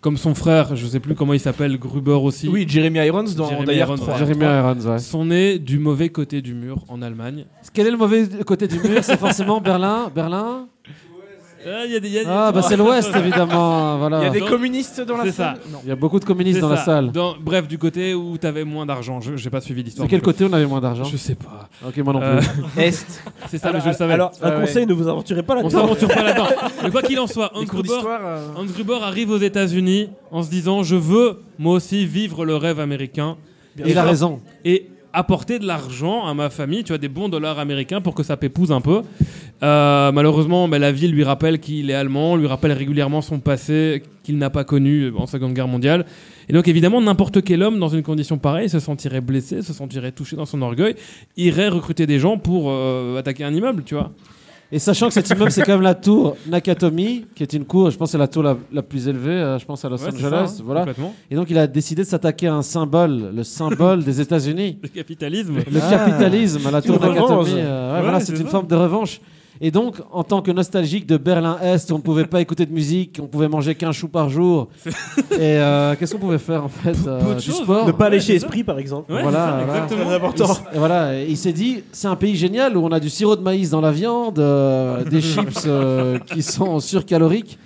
comme son frère, je sais plus comment il s'appelle, Gruber aussi, Oui, Jeremy Irons dans Jeremy Die Hard Irons, 3. ouais. Jeremy Irons, ouais. sont nés du mauvais côté du mur en Allemagne. Quel est le mauvais côté du mur C'est forcément Berlin. Berlin Ah, il y a des- il y a des- Ah, bah c'est l'Ouest, évidemment. Il y Voilà. a des Donc, communistes dans la c'est salle. ça. Non. Il y a beaucoup de C'est communistes dans la ça. salle. Dans- bref, du côté où t'avais moins d'argent. Je j'ai pas suivi l'histoire. De quel côté hein on avait moins d'argent Je sais pas. Ah, Ok, moi non plus. Euh, Est. c'est ça, Alors, mais je le savais. Alors, un Ouais, conseil, ne vous aventurez pas on là-dedans. s'aventure pas là-dedans. Mais quoi qu'il en soit, Hans Les cours Gruber, d'histoire. euh, Hans Gruber arrive aux États-Unis en se disant Je veux, moi aussi, vivre le rêve américain. Il a raison. Et apporter de l'argent à ma famille, tu vois, des bons dollars américains pour que ça pépouse un peu. Euh, malheureusement, bah, la ville lui rappelle qu'il est allemand, lui rappelle régulièrement son passé qu'il n'a pas connu en Seconde Guerre mondiale. Et donc, évidemment, n'importe quel homme dans une condition pareille se sentirait blessé, se sentirait touché dans son orgueil, irait recruter des gens pour euh, attaquer un immeuble, tu vois. Et sachant que cet immeuble, c'est quand même la tour Nakatomi, qui est une cour, je pense, que c'est la tour la, la plus élevée, euh, je pense, à Los Ouais, c'est ça, Angeles. hein, voilà. Complètement. Et donc, il a décidé de s'attaquer à un symbole, le symbole des États-Unis, Le capitalisme. le Ah. capitalisme, à la tour Une revanche. Nakatomi. euh, ouais, Ouais, voilà, c'est c'est une ça. forme de revanche. Et donc, en tant que nostalgique de Berlin-Est, on ne pouvait pas écouter de musique, on pouvait manger qu'un chou par jour. Et euh, qu'est-ce qu'on pouvait faire en fait euh, peu de Du choses. sport. Ne Ne pas aller Ouais, chez c'est ça. Esprit, par exemple. Ouais, Voilà, c'est ça, voilà. exactement. Très important. Et voilà, et il s'est dit, c'est un pays génial où on a du sirop de maïs dans la viande, euh, des chips euh, qui sont surcaloriques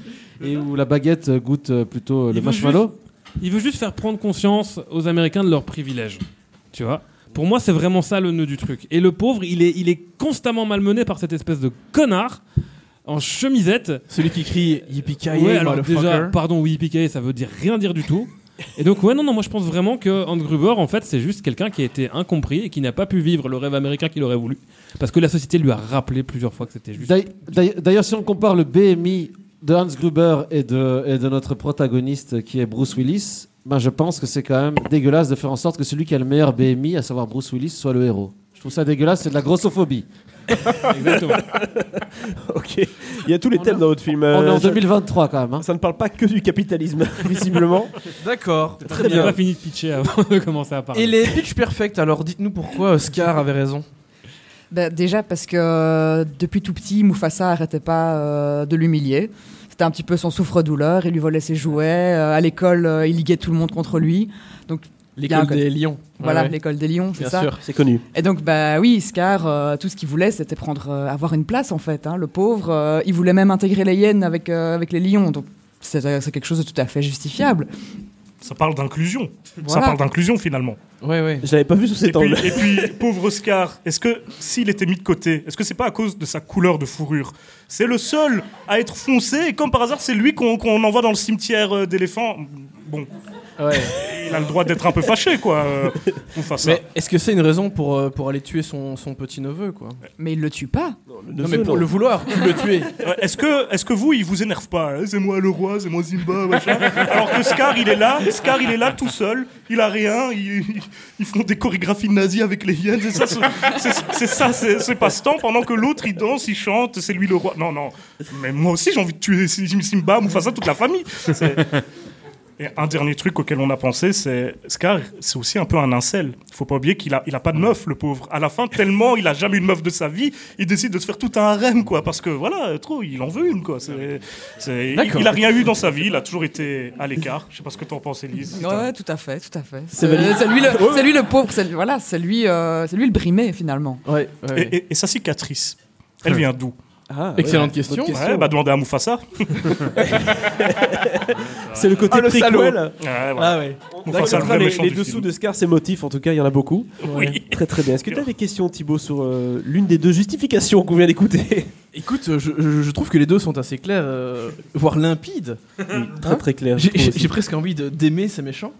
et où la baguette goûte euh, plutôt euh, le Il veut marshmallow. Il veut juste faire prendre conscience aux Américains de leurs privilèges. Tu vois Pour moi, c'est vraiment ça le nœud du truc. Et le pauvre, il est, il est constamment malmené par cette espèce de connard en chemisette. Celui qui crie Yippee-ki-yay, Ouais, alors déjà, motherfucker. pardon, oui, piqué, ça veut dire rien dire du tout. Et donc, ouais, non, non, moi je pense vraiment que Hans Gruber, en fait, c'est juste quelqu'un qui a été incompris et qui n'a pas pu vivre le rêve américain qu'il aurait voulu. Parce que la société lui a rappelé plusieurs fois que c'était juste. D'ail- d'ail- D'ailleurs, si on compare le BMI de Hans Gruber et de, et de notre protagoniste qui est Bruce Willis, ben je pense que c'est quand même dégueulasse de faire en sorte que celui qui a le meilleur BMI, à savoir Bruce Willis, soit le héros. Je trouve ça dégueulasse, c'est de la grossophobie. Exactement. Ok. Il y a tous les On thèmes a- dans votre film. euh, on est en Jacques. 2023 quand même. hein. Ça ne parle pas que du capitalisme, visiblement. D'accord, Très très bien. bien. pas fini de pitcher avant de commencer à parler. Et les pitch perfect, alors dites-nous pourquoi Oscar avait raison. Bah, déjà parce que euh, depuis tout petit, Mufasa arrêtait pas euh, de l'humilier. C'était un petit peu son souffre-douleur. Il lui volait ses jouets. Euh, à l'école, euh, il liguait tout le monde contre lui. L'école Il y a un des lions. Ouais, Voilà, ouais. l'école des lions, c'est bien ça. sûr. C'est connu. Et donc, bah oui, Scar, euh, tout ce qu'il voulait, c'était prendre, euh, avoir une place en fait. hein. Le pauvre, euh, il voulait même intégrer les hyènes avec, euh, avec les lions. Donc, c'est euh, c'est quelque chose de tout à fait justifiable. Ça parle d'inclusion. Ça Voilà. parle d'inclusion finalement. Ouais, ouais. Je l'avais pas vu sous Et cet puis, angle. et puis, pauvre Oscar, est-ce que s'il était mis de côté, est-ce que c'est pas à cause de sa couleur de fourrure C'est le seul à être foncé et comme par hasard, c'est lui qu'on qu'on envoie dans le cimetière euh, d'éléphants. Bon, ouais. il a le droit d'être un peu fâché, quoi. euh, qu'on fasse ça. Mais est-ce que c'est une raison pour, euh, pour aller tuer son, son petit-neveu, quoi Mais il le tue pas. Non, mais pour le vouloir, tu le tuer. Ouais, Est-ce que, est que vous, il vous énerve pas hein C'est moi le roi, c'est moi Simba, machin. Alors que Scar, il est là, Scar, il est là tout seul, il a rien, il- il- ils font des chorégraphies nazies avec les hyènes, c'est ça, ce- c'est- c'est ça, c'est c'est passe-temps, pendant que l'autre, il danse, il chante, c'est lui le roi. Non, non, mais moi aussi, j'ai envie de tuer Sim- Simba, Mufasa, toute la famille. C'est- Et un dernier truc auquel on a pensé, c'est Scar, c'est aussi un peu un incel. Faut pas oublier qu'il a, il a pas de meuf, le pauvre. À la fin, tellement il a jamais eu de meuf de sa vie, il décide de se faire tout un harem, quoi. Parce que voilà, trop, il en veut une, quoi. C'est, c'est- il, D'accord. il a rien eu dans sa vie, il a toujours été à l'écart. Je sais pas ce que t'en penses, Elise. Ouais, ouais, tout à fait, tout à fait. C'est C'est valide. Euh, c'est lui, le- c'est lui le pauvre, c'est lui- voilà, c'est lui, euh, c'est lui le brimé finalement. Ouais, Et, et- et sa cicatrice, elle vient d'où Ah, ouais. Excellente question. Bonne Ouais, bah demandez à Mufasa. C'est le côté Ah, le préquel. salaud. Ouais, voilà. Ah ouais. Mufasa, D'accord, le vrai les, méchant les du dessous film. de Scar, ses motifs, en tout cas, il y en a beaucoup. Oui. Très très bien. Est-ce que tu as des questions, Thibaut, sur euh, l'une des deux justifications qu'on vient d'écouter Écoute, euh, je, je- je trouve que les deux sont assez clairs, euh, voire limpides. Hein Très très clair. je J'ai- trouve J'ai aussi. j'ai presque envie de- d'aimer ces méchants.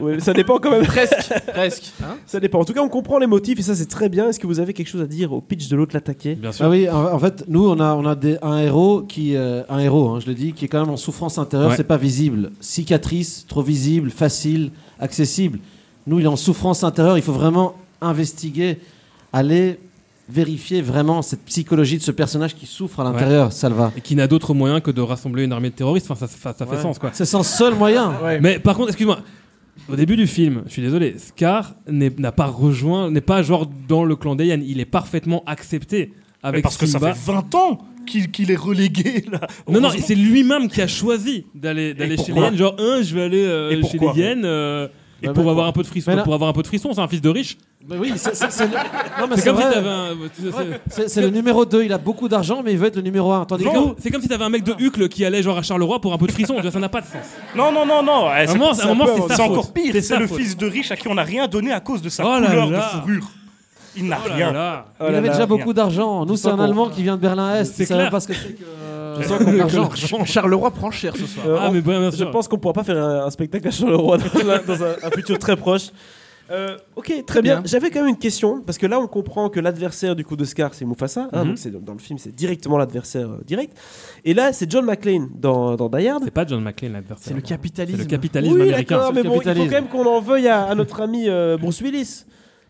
Ouais, ça dépend quand même. Presque, presque. hein. Ça dépend. En tout cas, on comprend les motifs et ça, c'est très bien. Est-ce que vous avez quelque chose à dire au pitch de l'autre l'attaquer Bien sûr. Ah oui, en en fait, nous, on a, on a des- un héros qui, euh, un héros, hein, je le dis, qui est quand même en souffrance intérieure. Ouais. C'est pas visible, cicatrice, trop visible, facile, accessible. Nous, il est en souffrance intérieure. Il faut vraiment investiguer, aller vérifier vraiment cette psychologie de ce personnage qui souffre à l'intérieur. Ça le va. Et qui n'a d'autre moyen que de rassembler une armée de terroristes. Enfin, ça, ça- ça fait Ouais. sens, quoi. C'est son seul moyen. Mais par contre, excuse-moi. Au début du film, je suis désolé, Scar n'est- n'a pas rejoint, n'est pas genre dans le clan d'Ayan. Il est parfaitement accepté Mais avec parce que ça Simba. fait 20 ans qu'il, qu'il est relégué, là. Non, non, Heureusement. c'est lui-même qui a choisi d'aller d'aller chez les pourquoi hyènes. Genre, un, je vais aller euh, Et chez les pourquoi hyènes euh, Bah, pour, bah, avoir un peu de frisson, Mais là- pour avoir un peu de frisson. C'est un fils de riche. Mais oui, c'est- c'est c'est le... non, mais C'est c'est comme si vrai. t'avais un. c'est- Ouais, c'est- c'est le numéro 2, il a beaucoup d'argent, mais il veut être le numéro 1. Tandis C'est que nous, comme, c'est comme si t'avais un mec de Hucle qui allait genre à Charleroi pour un peu de frisson. Tu vois, ça n'a pas de sens. Non, non, non, non. eh, À un c'est- moment, à un moment, c'est, c'est sa encore faute. pire. C'est C'est, sa le faute. fils de riche à qui on n'a rien donné à cause de sa Oh là couleur là. de fourrure. Il n'a Oh là rien. là. Oh il là avait là. déjà beaucoup d'argent. Nous, c'est un qu'on- Allemand qui vient de Berlin-Est. C'est Il savait clair. pas ce que c'est que, euh, Je que l'argent. Jean- Charleroi prend cher ce soir. Euh, Ah, on- mais bien, bien Je sûr. pense qu'on pourra pas faire un, un spectacle à Charleroi dans, un, dans un- un futur très proche. Euh, ok, très bien. Bien. J'avais quand même une question, parce que là, on comprend que l'adversaire du coup d'Oscar, c'est Mufasa. hein, Mhm. donc c'est- dans le film, c'est directement l'adversaire euh, direct. Et là, c'est John McClane dans, dans Die Hard. C'est pas John McClane l'adversaire. C'est le capitalisme. C'est le capitalisme oui, américain. d'accord, mais le bon, il faut capitalisme. quand même qu'on en veuille à, à notre ami euh, Bruce Willis.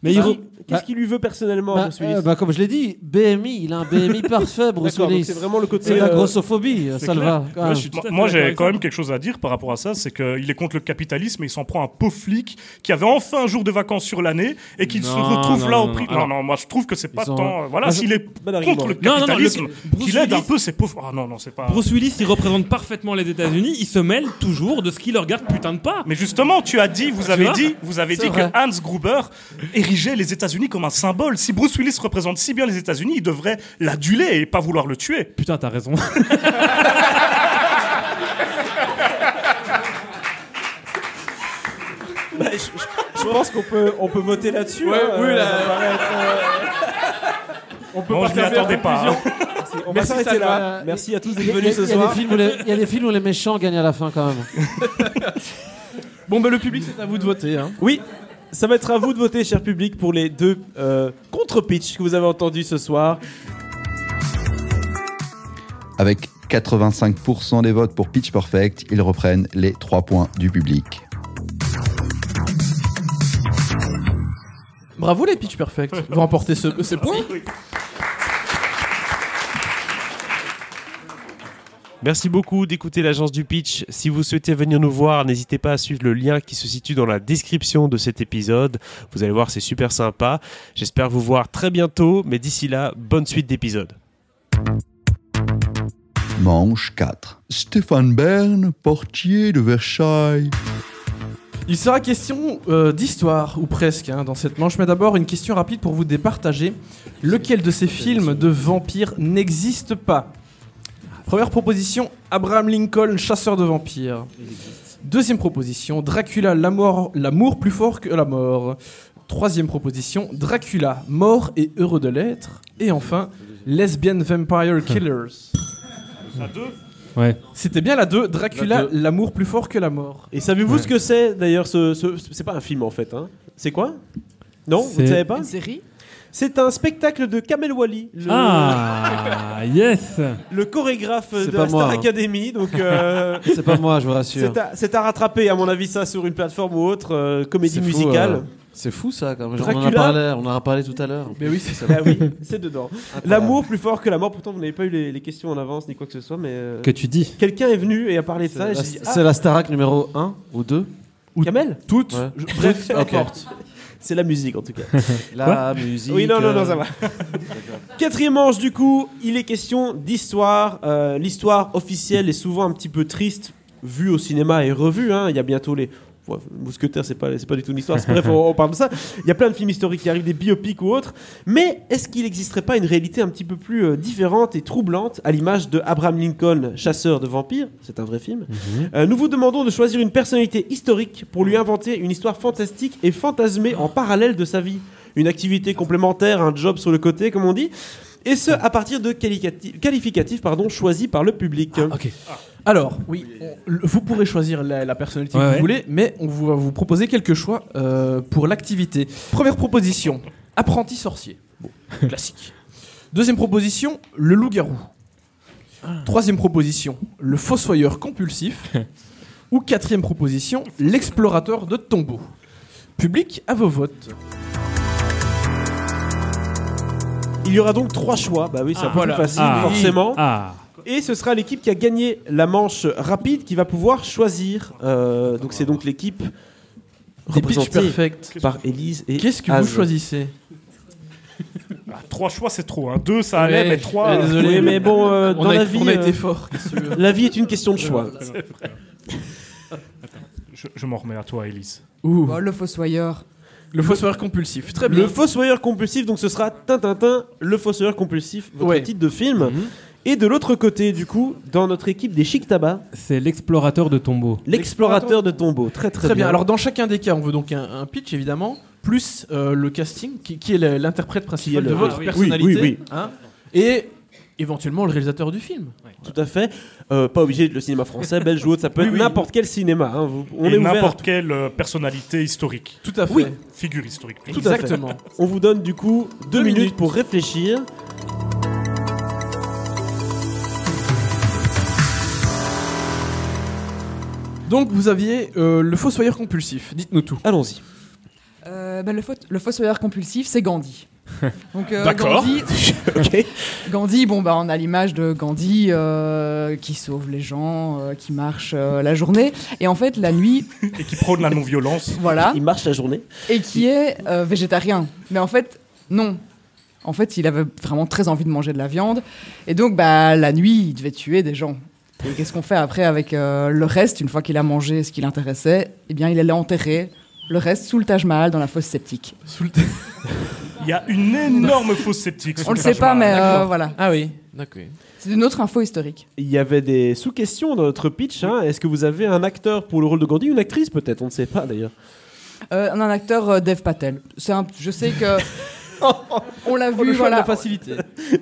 Mais Qu'est-ce il re- qu'il- qu'est-ce bah- qu'il lui veut personnellement, Bah, Bruce Willis euh, bah, comme je l'ai dit, BMI, il a un BMI parfait, Bruce D'accord, donc Willis. c'est vraiment le côté. C'est la euh, grossophobie, ça le va. quand Ouais, même. je suis Ah, tout à fait Moi, d'accord j'ai avec quand ça. même quelque chose à dire par rapport à ça, c'est qu'il est contre le capitalisme et il s'en prend un pauvre flic qui avait enfin un jour de vacances sur l'année et qui se Non, retrouve non, là non, au non, prix. Non, alors- non, moi je trouve que c'est pas Ils ont- tant. euh, Voilà, Moi, je- s'il est Bon argument, contre le Non, non, non, le- capitalisme, Bruce qu'il aide un Willis- peu ses pauvres. Ah non, non, c'est pas. Bruce Willis, il représente parfaitement les États-Unis. Il se mêle toujours de ce qui leur garde putain de pas. Mais justement, tu as dit, vous avez vois dit, vous avez C'est dit vrai. que Hans Gruber érigeait les États-Unis comme un symbole. Si Bruce Willis représente si bien les États-Unis, il devrait l'aduler et pas vouloir le tuer. Putain, t'as raison. bah, je, je- je pense qu'on peut, on peut voter là-dessus. Ouais, hein, oui, euh, là- ça me paraît être, On peut Bon, je m'y attendais pas. hein. euh, on va Merci, s'arrêter Salma. là. Merci à tous Il y d'être a- il y a- venus ce il y a des soir. films où les- Il y a des films où les méchants gagnent à la fin quand même. Bon, ben le public, c'est à vous de voter. Hein. Oui, ça va être à vous de voter, cher public, pour les deux euh, contre-pitchs que vous avez entendus ce soir. Avec 85% des votes pour Pitch Perfect, ils reprennent les 3 points du public. Bravo les Pitch Perfect. Vous remportez ce, ces points. Merci beaucoup d'écouter l'agence du pitch. Si vous souhaitez venir nous voir, n'hésitez pas à suivre le lien qui se situe dans la description de cet épisode. Vous allez voir, c'est super sympa. J'espère vous voir très bientôt, mais d'ici là, bonne suite d'épisodes. Manche 4. Stéphane Bern, portier de Versailles. Il sera question euh, d'histoire, ou presque, hein, dans cette manche. Mais d'abord, une question rapide pour vous départager. Lequel de ces films de vampires n'existe pas Première proposition, Abraham Lincoln, chasseur de vampires. Deuxième proposition, Dracula, la mort- l'amour plus fort que la mort. Troisième proposition, Dracula, mort et heureux de l'être. Et enfin, Lesbian Vampire Killers. Ouais. C'était bien la 2, La Dracula, deux. l'amour plus fort que la mort. Et savez-vous Ouais. ce que c'est d'ailleurs ce, ce- C'est pas un film en fait. Hein. C'est quoi Non, vous ne C'est- savez pas Une série C'est un spectacle de Kamel Wally, le, Ah, yes. le chorégraphe C'est de pas la Star moi, hein. Academy. Donc, euh, C'est pas moi, je vous rassure. c'est à, c'est à rattraper, à mon avis, ça sur une plateforme ou autre, euh, comédie C'est fou, euh, musicale. C'est fou ça quand même. On en Dracula a parlé, on en a parlé tout à l'heure. Mais oui, c'est ça. Bah oui, c'est dedans. Incroyable. L'amour plus fort que la mort. Pourtant, vous n'avez pas eu les, les questions en avance ni quoi que ce soit, mais euh, Que tu dis. quelqu'un est venu et a parlé de C'est ça. Et la- j'ai dit, C'est la Starac numéro 1 ou 2 ah, Kamel Toutes, Ouais. je- bref, peu Ok. importe. C'est la musique en tout cas. La musique. Oui, non, non, non, ça euh, va. Quatrième manche, du coup, il est question d'histoire. Euh, L'histoire officielle est souvent un petit peu triste, vue au cinéma et revue. hein. Il y a bientôt les. Ouais, Mousquetaires, c'est pas, c'est pas du tout une histoire. C'est- Bref, on, on parle de ça. Il y a plein de films historiques qui arrivent, des biopics ou autres. Mais est-ce qu'il n'existerait pas une réalité un petit peu plus euh, différente et troublante, à l'image de Abraham Lincoln, chasseur de vampires C'est un vrai film. Euh, nous vous demandons de choisir une personnalité historique pour lui inventer une histoire fantastique et fantasmée en parallèle de sa vie une activité complémentaire, un job sur le côté, comme on dit. Et ce, à partir de qualificatifs qualificatif, pardon, choisis par le public. Ah, Ok. Alors, oui, on- le- vous pourrez choisir la, la personnalité Ouais, que vous ouais. voulez, mais on vous- va vous proposer quelques choix euh, pour l'activité. Première proposition, apprenti sorcier. Bon, classique. Deuxième proposition, le loup-garou. Ah. Troisième proposition, le fossoyeur compulsif. Ou quatrième proposition, l'explorateur de tombeaux. Public, à vos votes. Il y aura donc trois choix. Bah oui, c'est Ah, un peu voilà. plus facile, Ah. forcément. Ah. Et ce sera l'équipe qui a gagné la manche rapide qui va pouvoir choisir. Euh, donc c'est donc l'équipe Des pitch représentée perfect. par Elise et Qu'est-ce que Az. vous choisissez Ah, trois choix, c'est trop. Hein. Deux, ça allait, Ouais, mais trois. ouais, euh, désolé. Oui, mais bon, euh, on, dans a, la vie, on a été euh, fort. qu'est-ce que tu veux la vie est une question de choix. Je, je m'en remets à toi, Elise. Ouh. Bon, Le Fossoyeur. Le fossoyeur compulsif, très bien. Le Fossoyeur compulsif, donc ce sera Tintintin, le Fossoyeur compulsif, votre Ouais. Mhm. titre de film. Et de l'autre côté, du coup, dans notre équipe des Chic Tabac, C'est l'explorateur de tombeaux. l'explorateur de tombeaux. Très très, Très bien. Alors dans chacun des cas, on veut donc un, un pitch évidemment, plus euh, le casting qui, qui est le- l'interprète Qui est principal le- de votre Ah oui. personnalité. Oui, oui, hein. et éventuellement le réalisateur du film. Tout à fait. Euh, pas obligé de le cinéma français, belge ou autre, ça peut être n'importe quel cinéma. hein. Vous- On et est ouvert à n'importe quelle euh, personnalité historique, Tout à fait. Oui. figure historique. Tout Exact. Exactement. On vous donne du coup deux, Deux minutes, minutes. pour réfléchir. Donc vous aviez euh, le fossoyeur compulsif. Dites-nous tout. Allons-y. Euh, ben, le, faute- le fossoyeur compulsif, c'est Gandhi. Donc, euh, D'accord. Gandhi, Ok. Gandhi, bon, bah, on a l'image de Gandhi euh, qui sauve les gens, euh, qui marche euh, la journée. Et en fait, la nuit, Et qui prône la non-violence. voilà, Il marche la journée. et qui est euh, végétarien. Mais en fait, non. En fait, il avait vraiment très envie de manger de la viande. Et donc, bah, la nuit, il devait tuer des gens. Et qu'est-ce qu'on fait après avec euh, le reste Une fois qu'il a mangé ce qui l'intéressait, eh bien, il allait enterrer le reste sous le Taj Mahal dans la fosse septique. Il y a une énorme fausse sceptique. sur On le sait Taj pas, mais Mahal. euh, voilà. Ah oui, d'accord. C'est une autre info historique. Il y avait des sous-questions dans notre pitch. hein. Est-ce que vous avez un acteur pour le rôle de Gandhi Une actrice peut-être On ne sait pas d'ailleurs. Euh, un acteur, euh, Dev Patel. C'est un, je sais que. on l'a vu, le choix de voilà. la facilité.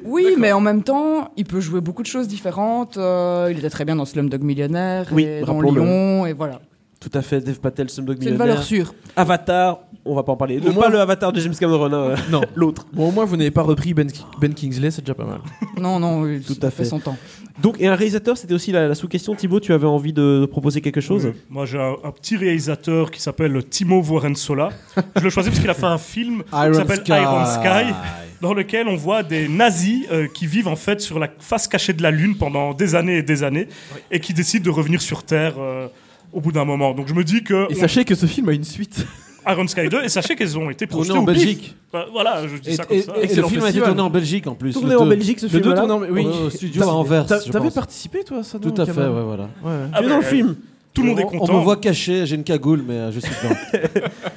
Oui, mais en même temps, il peut jouer beaucoup de choses différentes. Euh, il était très bien dans Slumdog Millionnaire, Oui, et dans rappelons-le. Lyon, et voilà. Tout à fait, Dev Patel, Slumdog C'est une Millionaire. valeur sûre. Avatar, on va pas en parler. Au Le- moins- Pas le Avatar de James Cameron, hein, euh, Non. l'autre. Bon, au moins, vous n'avez pas repris Ben, Ben Kingsley, c'est déjà pas mal. Non, non, il Tout il à fait fait. son temps. Donc, et un réalisateur, c'était aussi la, la sous-question. Thibaut, tu avais envie de proposer quelque chose Euh, Oui. Euh, Moi, j'ai un, un petit réalisateur qui s'appelle Timo Sola. Je le choisis parce qu'il a fait un film qui s'appelle Iron Sky, dans lequel on voit des nazis euh, qui vivent en fait sur la face cachée de la Lune pendant des années et des années et qui décident de revenir sur Terre euh, au bout d'un moment. Donc je me dis que Et on- sachez que ce film a une suite. Iron Sky 2, et sachez qu'elles ont été Tourné projetées en au pif. Belgique. Bah, voilà, je dis Et, ça comme et- ça. et le Excellent film a été festival. tourné en Belgique en plus. Tourné le en deux. Belgique, ce Le deux film-là. tourne en- oui. Au studio T'as- à Anvers, t'as- je T'avais pense. participé, toi, ça Tout à fait, ouais, voilà. Ah, Tu es dans le bah, film. Tout le monde est On- content. On me voit caché, j'ai une cagoule, mais euh, je suis dedans.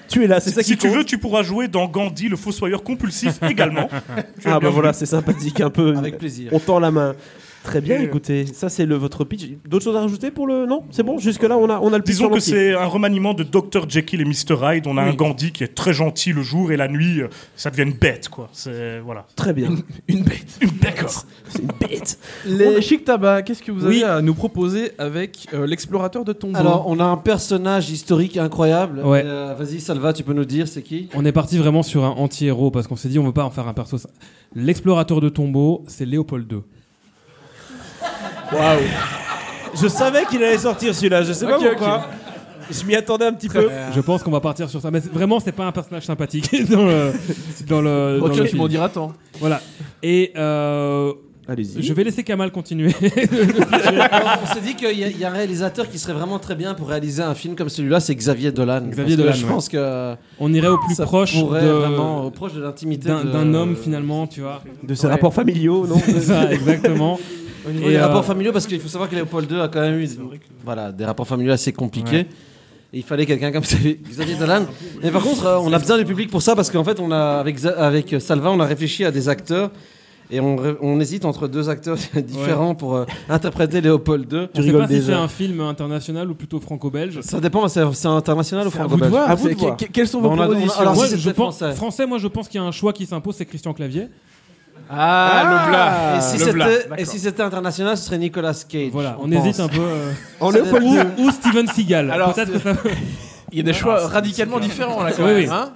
Tu es là, c'est Si, ça qui si tu compte. veux, tu pourras jouer dans Gandhi, le fossoyeur compulsif également. Tu es Ah bah bienvenu. voilà, c'est sympathique un peu. Avec plaisir. On tend la main. Très bien, Et, euh, écoutez, ça c'est le votre pitch. D'autres choses à rajouter pour le non C'est bon, jusque là on a on a le pitch Disons en que entier. c'est un remaniement de Dr Jekyll et Mr Hyde. On a un Gandhi qui est très gentil le jour et la nuit, euh, ça devient une bête quoi. C'est voilà. très bien. Une bête. Une bête. C'est une bête. Les Chic Tabac, qu'est-ce que vous avez Oui. à nous proposer avec euh, l'explorateur de tombeau Alors, on a un personnage historique incroyable. Ouais. Euh, Vas-y, Salva, tu peux nous dire c'est qui On est parti vraiment sur un anti-héros parce qu'on s'est dit on veut pas en faire un perso. L'explorateur de tombeaux, c'est Léopold II. Waouh. Je savais qu'il allait sortir celui-là, je sais Ok, pas ok. pourquoi. Je m'y attendais un petit peu. Je pense qu'on va partir sur ça. Mais c'est- vraiment, c'est pas un personnage sympathique dans le dans le, dans Ok, le tu film. m'en diras tant. Voilà. Et euh, Allez-y. je vais laisser Kamal continuer. On s'est dit qu'il y, a- il y a un réalisateur qui serait vraiment très bien pour réaliser un film comme celui-là, c'est Xavier Dolan. Xavier Parce que Dolan, Je ouais. pense que on irait au plus ça proche pourrait de- vraiment euh, proche de l'intimité d'un de- d'un homme finalement, tu vois. De ses Ouais. rapports familiaux, non C'est ça, exactement. Au niveau Et, des euh, rapports familiaux, parce qu'il faut savoir que Léopold II a quand même eu voilà, des rapports familiaux assez compliqués. Et il fallait quelqu'un comme ça, Xavier Dolan. Mais par contre, euh, on a besoin du public pour ça, parce qu'en fait, on a, avec, Za- avec euh, Salva, on a réfléchi à des acteurs. Et on, ré- on hésite entre deux acteurs différents pour euh, interpréter Léopold II. On sait rigoles pas si déjà. c'est un film international ou plutôt franco-belge. Ça dépend, mais c'est c'est international ou À vous de franco-belge voir. À vous de c'est- voir. que- Quelles sont Bon, vos on a- on a- propositions alors, moi, si je c'était pense, français. moi je pense qu'il y a un choix qui s'impose, c'est Christian Clavier. Ah, Et si le blanc, c'était- d'accord. Et si c'était international, ce serait Nicolas Cage. Voilà, on, pense. hésite un peu. euh, Ça dépend. ou, ou Steven Seagal. Alors, Peut-être que ça. Il y a des choix radicalement différents là quand Oui, même. oui. hein.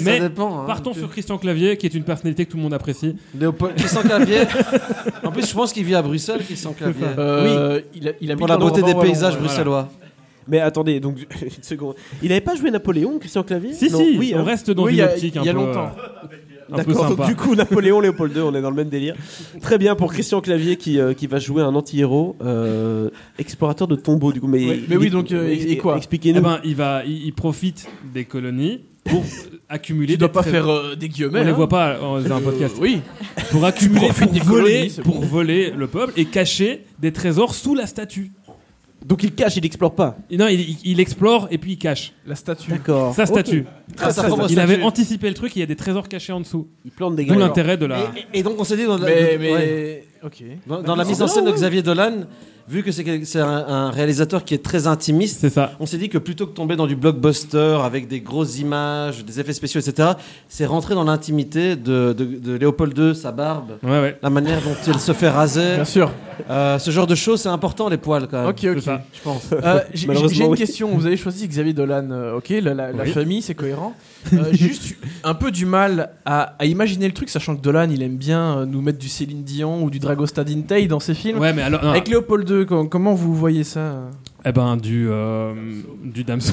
Mais ça dépend. hein. Partons Tu- sur Christian Clavier, qui est une personnalité que tout le monde apprécie. Léopold, Christian Clavier. en plus, je pense qu'il vit à Bruxelles, Christian Clavier. Euh, il a, il oui, habite pour la dans le beauté des Brabant wallon, paysages ouais. bruxellois. Mais attendez, donc une seconde. Il n'avait pas joué Napoléon, Christian Clavier Si, Non, si, oui, on hein. reste dans Oui, il une y a- optique un il y a peu, euh, longtemps. un peu D'accord, donc sympa. du coup, Napoléon, Léopold II, on est dans le même délire. Très bien pour Christian Clavier qui, euh, qui va jouer un anti-héros, euh, explorateur de tombeaux, du coup. Mais, Oui, mais oui, donc, euh, ex- et quoi Eh Expliquez-nous. ben, il, va, il, il profite des colonies pour euh, accumuler. Tu dois des pas très- faire euh, des guillemets. On les hein. voit pas euh, dans un Euh, podcast. Oui. Pour accumuler, profites pour des voler, colonies, c'est pour bon. voler le peuple et cacher des trésors sous la statue. Donc il cache, il n'explore pas. Et non, il, il- il explore et puis il cache La statue. D'accord. sa statue. Ah, sa propre Il avait statue. anticipé le truc, il y a des trésors cachés en dessous. Il plante des D'où gars. l'intérêt de la. Et, et donc, on s'est dit dans la- Mais, le- mais ouais. Ok. Dans, dans la mise en scène de Xavier Dolan, vu que c'est quel- c'est un, un réalisateur qui est très intimiste, C'est ça. on s'est dit que plutôt que tomber dans du blockbuster avec des grosses images, des effets spéciaux, etc., c'est rentrer dans l'intimité de, de- de Léopold II, sa barbe, Ouais, ouais. la manière dont il se fait raser. Bien sûr. Euh, ce genre de choses, c'est important, les poils, quand même. Ok, ok. C'est ça. Je pense. J'ai Malheureusement, j'ai une oui. question. Vous avez choisi Xavier Dolan. euh, Ok, la, la- la Oui. famille, c'est cohérent. Euh, J'ai juste eu un peu du mal à, à imaginer le truc, sachant que Dolan, il aime bien euh, nous mettre du Céline Dion ou du Dragostea Dintei dans ses films. Ouais, mais alors. non, Avec Léopold II, com- comment vous voyez ça euh Eh ben, du. euh, du Damso.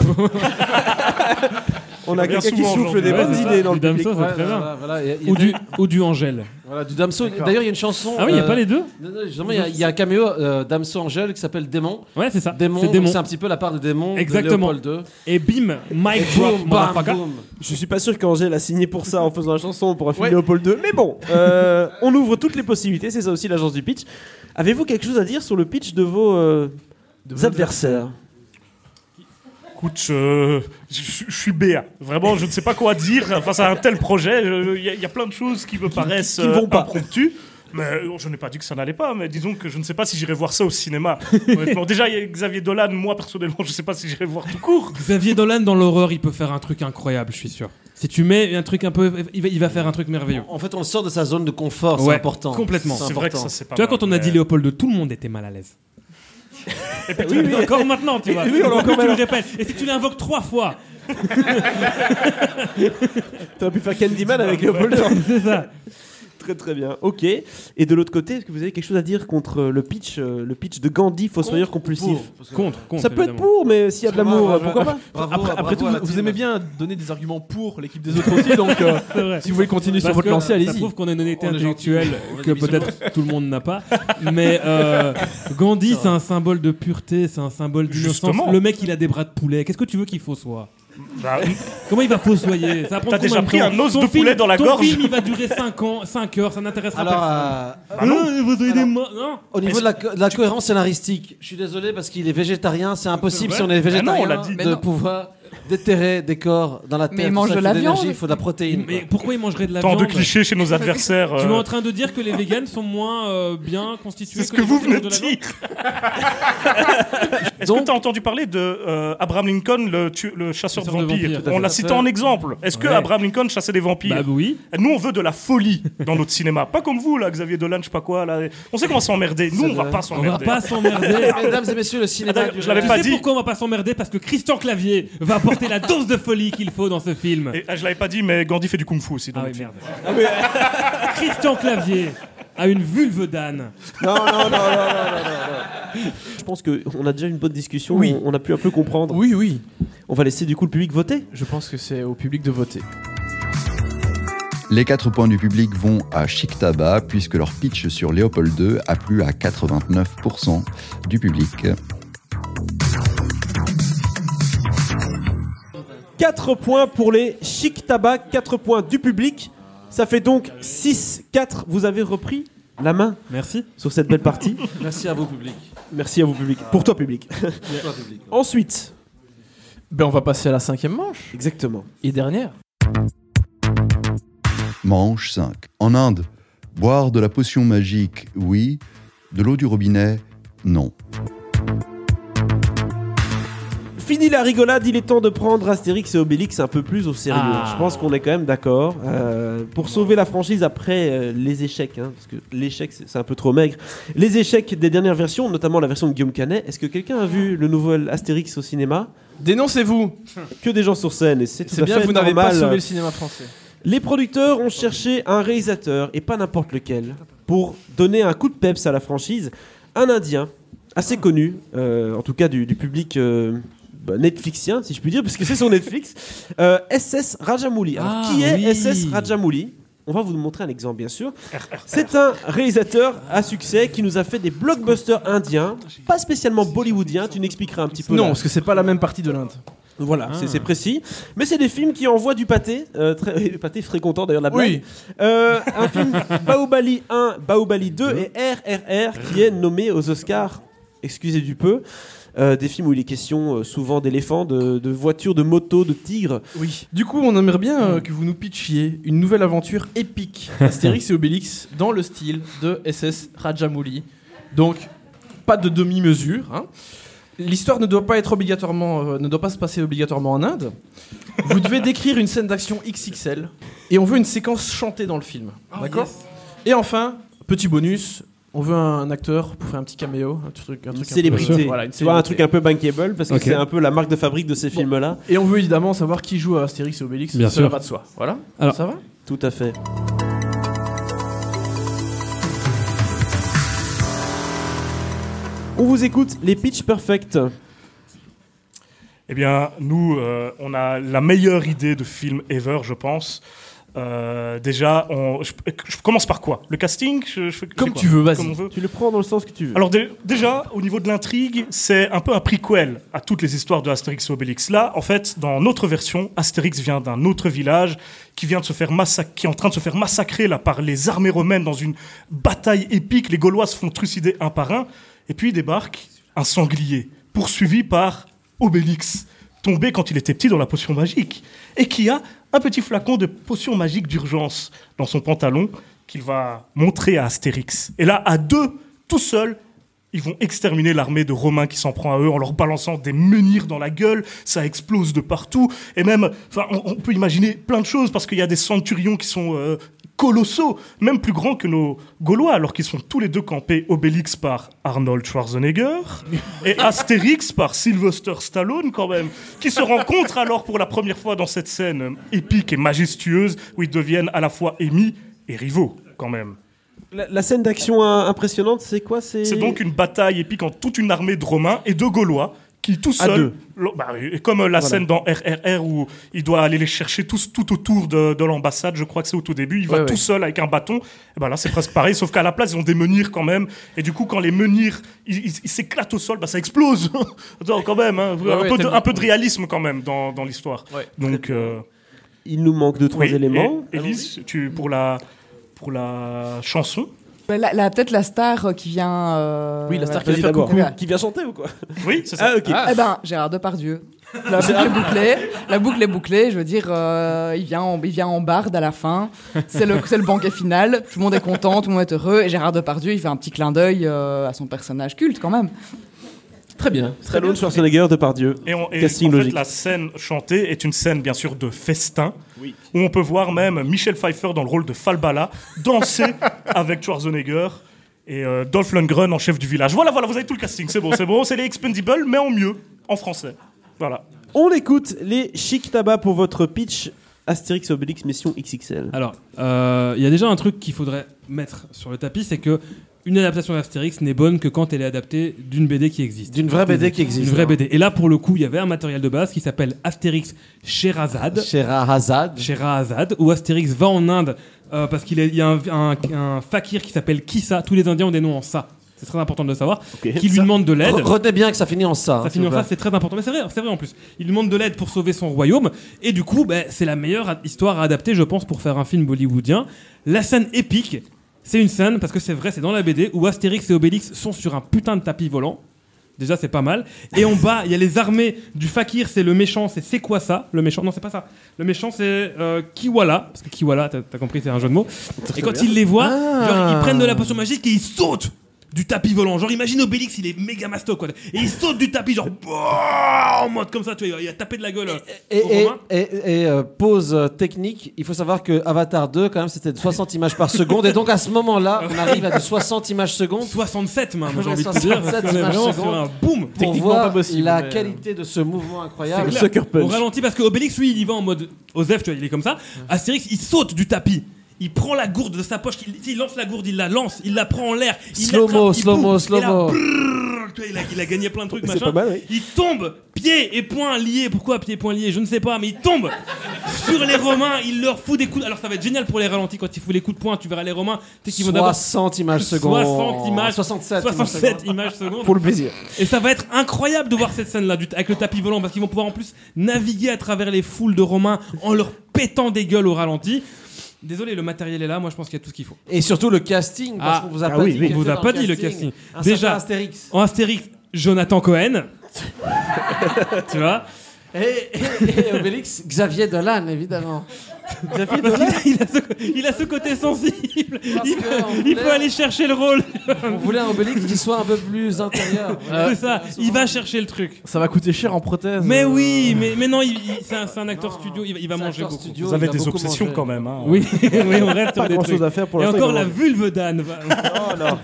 On a quelqu'un qui souffle des bonnes idées dans le public. Ouais, très bien. Voilà, voilà, il y a- il y a- ou, du, ou du Angèle. voilà, du Damso. D'accord. D'ailleurs, il y a une chanson. Ah oui, il n'y a euh, pas les deux non, non, justement, il y a- il y, a un caméo euh, Damso Angèle qui s'appelle Démon. Ouais, c'est ça. Démon, C'est donc démon. c'est un petit peu la part de Démon Exactement. de Léopold II. Et bim, Mike Et Drop, boum, bam, motherfucker. boum. Je suis pas sûr qu'Angèle a signé pour ça en faisant la chanson pour un film Ouais. Léopold II. Mais bon, euh, on ouvre toutes les possibilités. C'est ça aussi l'agence du pitch. Avez-vous quelque chose à dire sur le pitch de vos euh, adversaires Écoute, euh, je je suis béat. Vraiment, je ne sais pas quoi dire face à un tel projet. Je- Il y, a- il y a plein de choses qui me paraissent qui ne vont euh, pas. impromptues. Mais euh, je n'ai pas dit que ça n'allait pas, mais disons que je ne sais pas si j'irai voir ça au cinéma. Honnêtement, déjà, il y a Xavier Dolan, moi personnellement, je ne sais pas si j'irai voir tout court. Xavier Dolan dans l'horreur, il peut faire un truc incroyable, je suis sûr. Si tu mets un truc un peu, il va, il va faire un truc merveilleux. En fait, on le sort de sa zone de confort, c'est Ouais, important. complètement. C'est C'est vrai que important. ça, c'est pas Tu vois, mal, quand on a mais- dit Léopold, tout le monde était mal à l'aise. oui, oui, encore maintenant, tu vois. oui, on l'a encore tu mal le à- répètes. Et si tu l'invoques trois fois, T'aurais pu faire Candyman avec Léopold II. c'est ça. Très très bien, ok. Et de l'autre côté, est-ce que vous avez quelque chose à dire contre euh, le pitch, euh, le pitch de Gandhi, fossoyeur compulsif Contre, contre. Ça peut être évidemment. pour, mais s'il y a de l'amour, Bravo, pourquoi pas Bravo, Après, bravo après tout, à la vous, vous team. aimez bien donner des arguments pour l'équipe des autres aussi, donc euh, C'est vrai. si vous voulez continuer sur Parce votre que lancée, Ça allez-y. prouve qu'on a une honnêteté On est intellectuelle gentil, on va que dire peut-être tout le monde n'a pas. Mais euh, Gandhi, c'est un symbole de pureté, c'est un symbole Justement. d'innocence. Le mec, il a des bras de poulet. Qu'est-ce que tu veux qu'il faussoie Bah, Comment il va faussoyer Ça va prendre T'as déjà combien de pris temps un os Ton de film- poulet dans la ton gorge film, il va durer 5 ans, 5 heures, ça n'intéressera Alors, personne. euh, bah non. Ah, vous avez des mo- non. au niveau de la, co- de la cohérence scénaristique, je suis désolé parce qu'il est végétarien, c'est impossible Ouais. si on est végétarien on l'a dit. Mais de non. pouvoir déterrer des corps dans la terre. Mais il tout mange ça, de il la faut l'énergie, viande. Il faut de la protéine. Mais quoi. pourquoi il mangerait de la Tant viande de clichés chez nos adversaires. Tu es euh, en train de dire que les véganes sont moins euh, bien constitués C'est ce que les vous autres qui venez de mangent la dire. Est-ce que Donc- tu as entendu parler de euh, Abraham Lincoln, le, tu- le chasseur de Chasseur de vampires, vampires, tout à On fait. l'a cité en exemple. Est-ce que Ouais. Abraham Lincoln chassait des vampires viande Bah oui. Nous, on veut de la folie dans notre cinéma. Pas comme vous, là, Xavier Dolan, je sais pas quoi. Là. On sait qu'on va s'emmerder. Nous, C'est on va vrai. pas On va s'emmerder. pas s'emmerder. Mesdames et messieurs, le cinéma. d'ailleurs, du je l'avais réel. Tu pas sais dit. pourquoi on va pas s'emmerder Parce que Christian Clavier va apporter la dose de folie qu'il faut dans ce film. Et, ah, je l'avais pas dit, mais Gandhi fait du kung-fu aussi. donc. Ah oui, merde. Christian Clavier a une vulve d'âne. Non, non, non, non, non, non, non. Je pense qu'on a déjà une bonne discussion, Oui. on, on a pu un peu comprendre. Oui, oui. On va laisser du coup le public voter. Je pense que c'est au public de voter. Les quatre points du public vont à Chic Tabac, puisque leur pitch sur Léopold II a plu à 89% du public. 4 points pour les chic tabac, 4 points du public. Ça fait donc 6-4. Vous avez repris la main Merci. sur cette belle partie. Merci à vous, public. Merci à vous, public. Pour toi, public. Pour toi, public. Ensuite, Ben, on va passer à la cinquième manche. exactement. Et dernière. Manche 5. En Inde, boire de la potion magique, oui. De l'eau du robinet, non. Fini la rigolade, il est temps de prendre Astérix et Obélix un peu plus au sérieux. Ah. Je pense qu'on est quand même d'accord. Euh, pour sauver la franchise après euh, les échecs, hein, parce que l'échec c'est c'est un peu trop maigre, les échecs des dernières versions, notamment la version de Guillaume Canet, est-ce que quelqu'un a vu le nouvel Astérix au cinéma Dénoncez-vous. Que des gens sur scène, et c'est tout C'est à bien que fait vous n'avez pas normal. euh, sauvé le cinéma français. Les producteurs ont cherché un réalisateur, et pas n'importe lequel, pour donner un coup de peps à la franchise. Un Indien, assez connu, euh, en tout cas du, du public euh, bah, Netflixien, si je puis dire, parce que c'est sur Netflix, euh, SS Rajamouli. Alors, Ah, qui est oui. SS Rajamouli on va vous montrer un exemple, bien sûr. C'est un réalisateur à succès qui nous a fait des blockbusters indiens, pas spécialement bollywoodiens. Tu n'expliqueras un petit peu. Non, la- parce que c'est pas la même partie de l'Inde. voilà, Ah. c'est- c'est précis. Mais c'est des films qui envoient du pâté. Euh, très, euh, pâté très content d'ailleurs de la blague. Oui. Euh, un film Baobali 1, Baobali 2 et RRR qui est nommé aux Oscars, excusez du peu. euh, des films où il est question euh, souvent d'éléphants, de, de voitures, de motos, de tigres. Oui. Du coup, on aimerait bien euh, que vous nous pitchiez une nouvelle aventure épique, Astérix et Obélix, dans le style de SS Rajamouli. Donc, pas de demi-mesure. hein. L'histoire ne doit pas être obligatoirement, euh, ne doit pas se passer obligatoirement en Inde. Vous devez décrire une scène d'action XXL et on veut une séquence chantée dans le film. Ah, D'accord. Et enfin, petit bonus, on veut un acteur pour faire un petit caméo, un truc, un truc un peu- célébrité. voilà, une Tu vois, un truc célébrité. un peu bankable, parce que Ok. c'est un peu la marque de fabrique de ces Bon. films-là. Et on veut évidemment savoir qui joue à Astérix et Obélix. Bien Cela sûr. va de soi. Voilà. Alors- ça va. Tout à fait. On vous écoute, les pitch perfect. Eh bien, nous, euh, on a la meilleure idée de film ever, je pense. Euh, déjà, on- je, je commence par quoi Le casting je, je fais- je Comme fais quoi tu veux, vas-y. Comme on veut Tu le prends dans le sens que tu veux. Alors dé- déjà, au niveau de l'intrigue, c'est un peu un prequel à toutes les histoires de Astérix et Obélix. Là, en fait, dans notre version, Astérix vient d'un autre village qui vient de se faire massac- qui est en train de se faire massacrer là par les armées romaines dans une bataille épique. Les Gaulois se font trucider un par un, et puis débarque un sanglier poursuivi par Obélix, tombé quand il était petit dans la potion magique, et qui a un petit flacon de potion magique d'urgence dans son pantalon qu'il va montrer à Astérix. Et là, à deux, tout seul, ils vont exterminer l'armée de Romains qui s'en prend à eux en leur balançant des menhirs dans la gueule. Ça explose de partout. Et même, enfin, on, on peut imaginer plein de choses parce qu'il y a des centurions qui sont euh, colossaux, même plus grands que nos Gaulois, alors qu'ils sont tous les deux campés Obélix par Arnold Schwarzenegger et Astérix par Sylvester Stallone, quand même, qui se rencontrent alors pour la première fois dans cette scène euh, épique et majestueuse où ils deviennent à la fois ennemis et rivaux, quand même. La, la scène d'action hein, impressionnante, c'est quoi C'est donc une bataille épique entre toute une armée de Romains et de Gaulois qui tout À seuls, deux. Lo- bah, euh, comme euh, la scène dans RRR où il doit aller les chercher tous tout autour de, de l'ambassade, je crois que c'est au tout début, il va Ouais, tout ouais. seul avec un bâton. Et ben là c'est presque pareil, sauf qu'à la place ils ont des menhirs quand même. Et du coup quand les menhirs ils ils- ils s'éclatent au sol, bah ça explose. Attends, quand même, hein. Ouais, un, ouais, peu de, tellement. un peu de réalisme quand même dans, dans l'histoire. Ouais. Donc euh, Il nous manque deux, trois oui, et- éléments. Élise, tu pour la pour la chanson. Bah, la- la- Peut-être la star euh, qui vient. euh, Oui, la star qui Vas-y vient faire d'abord. coucou. Qui vient chanter ou quoi Oui, c'est ça. Ah ok. Ah. Eh ben, Gérard Depardieu. La boucle est bouclée. La boucle est bouclée. Je veux dire, euh, il, vient en, il vient en barde à la fin. C'est le, c'est le banquet final. Tout le monde est content, tout le monde est heureux. Et Gérard Depardieu, il fait un petit clin d'œil euh, à son personnage culte quand même. Très bien. Stallone, Schwarzenegger, Depardieu. Et, on- et Casting en fait, logique. la scène chantée est une scène, bien sûr, de festin, où on peut voir même Michel Pfeiffer dans le rôle de Falbala danser avec Schwarzenegger et euh, Dolph Lundgren en chef du village. Voilà, voilà, vous avez tout le casting, c'est bon, c'est bon, c'est les Expendables, mais en mieux, en français. Voilà. On écoute les chic tabac pour votre pitch Astérix Obélix Mission XXL. Alors, euh, il y a déjà un truc qu'il faudrait mettre sur le tapis, c'est que une adaptation d'Astérix n'est bonne que quand elle est adaptée d'une BD qui existe. D'une vraie BD qui existe. Une vraie BD. Et là, pour le coup, il y avait un matériel de base qui s'appelle Astérix Sherazade. Chez Razad. Sherazade, où Astérix va en Inde euh, parce qu'il est- il y a un, un, un fakir qui s'appelle Kissa. Tous les Indiens ont des noms en ça. C'est très important de le savoir. Qui lui demande de l'aide. Retenez bien que ça finit en ça. hein, Ça s'il finit en vous plaît. ça, c'est très important. Mais c'est vrai, c'est vrai en plus. Il demande de l'aide pour sauver son royaume. Et du coup, ben, c'est la meilleure a- histoire à adapter, je pense, pour faire un film bollywoodien. La scène épique, c'est une scène, parce que c'est vrai, c'est dans la BD, où Astérix et Obélix sont sur un putain de tapis volant. Déjà, c'est pas mal. Et en bas, il y a les armées du fakir, c'est le méchant, c'est c'est quoi ça Le méchant, non, c'est pas ça. Le méchant, c'est euh, Kiwala. Parce que Kiwala, t'as t'as compris, c'est un jeu de mots. Et quand ils les voient, Ah. genre, ils prennent de la potion magique et ils sautent du tapis volant. Genre, imagine Obélix, il est méga masto, quoi. Et il saute du tapis, genre, en mode comme ça, tu vois, il a tapé de la gueule. euh, Et, aux et, Romains. et- et, euh, pause euh, technique, il faut savoir que Avatar 2, quand même, c'était de 60 images par seconde. Et donc à ce moment-là, on arrive à du 60 images secondes 67, même, j'ai Ouais, envie de te dire. parce 67 qu'on est images vraiment secondes. sur un boom. pour Techniquement voir pas possible, la mais, euh, qualité de ce mouvement C'est incroyable. clair. Sucker Punch. On ralentit parce que Obélix, lui, il y va en mode Osef, tu vois, il est comme ça. Astérix, il saute du tapis. Il prend la gourde de sa poche, il, il lance la gourde, il la lance, il la prend en l'air. il Slow-mo, l'attrape, il slow-mo, boum, et slow-mo. là, brrr, tu vois, Il a, il a gagné plein de trucs, C'est machin. pas mal, oui. Il tombe, pieds et poings liés. Pourquoi pieds et poings liés Je ne sais pas, mais il tombe sur les Romains. Il leur fout des coups. de- Alors ça va être génial pour les ralentis quand il fout les coups de poing. Tu verras les Romains, tu sais qu'ils vont d'abord 60 images secondes. 60 images, 67. 67 images secondes. Pour le plaisir. Et ça va être incroyable de voir cette scène-là du- avec le tapis volant parce qu'ils vont pouvoir en plus naviguer à travers les foules de Romains en leur pétant des gueules au ralenti. Désolé, le matériel est là. Moi, je pense qu'il y a tout ce qu'il faut. Et surtout le casting, parce Ah, qu'on vous a ah pas oui, dit. oui. qui On vous était a dans pas dit le casting. Un Déjà- certain Astérix. En Astérix, Jonathan Cohen. tu vois Eh, Et, et- et Obélix, Xavier Dolan, évidemment. Xavier Dolan, il, a ce, il a ce côté sensible. Parce Il, que peut- on il voulait- peut aller chercher le rôle. On voulait un Obélix qui soit un peu plus intérieur. c'est ça. Il va chercher le truc. Ça va coûter cher en prothèse. Mais euh, oui, mais, mais non, il- il- c'est un, c'est un acteur Non. studio. Il, va- il va C'est manger acteur beaucoup. studio, Vous avez il a des beaucoup obsessions mangé. quand même. hein. Oui, oui, on reste sur Pas des grand trucs. chose à faire pour Et l'instant. encore il la va- vulve d'Anne. va- Oh, non.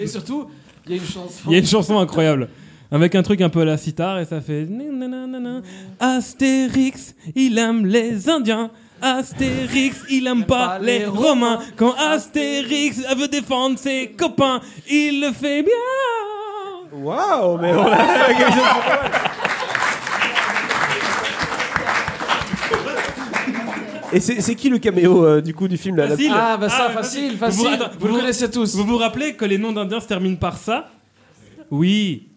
Et surtout, il y a une chanson. Il y a une chanson incroyable. Avec un truc un peu à la sitar et ça fait. nananana. Astérix, il aime les Indiens. Astérix, il aime pas les Romains. Quand Astérix veut défendre ses copains, il le fait bien. Waouh, mais on a Et c'est c'est qui le caméo euh, du coup du film là la- Facile. Ah, bah ça, Ah, facile, Vous vous- facile. attends, Vous le vous- connaissez tous. Vous vous rappelez que les noms d'Indiens se terminent par ça Oui.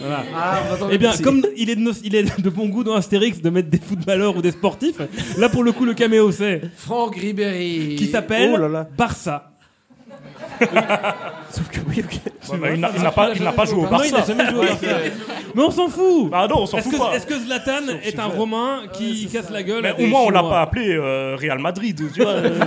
Voilà. Ah, on attend- Eh bien, comme il est, de nos- il est de bon goût dans Astérix de mettre des footballeurs ou des sportifs, là pour le coup le caméo c'est Franck Ribéry. qui s'appelle Oh là là. Barça. Sauf que oui, ok. Ouais, bah, il n'a il n'a pas, il n'a pas joué au Non, il n'a Barça. jamais joué au Barça. Mais on s'en fout. Ah non, on s'en Est-ce fout que, pas. est-ce que Zlatan est un Romain qui casse la gueule Mais à au des moins, on l'a Chinois pas appelé euh, Real Madrid. Tu vois, euh,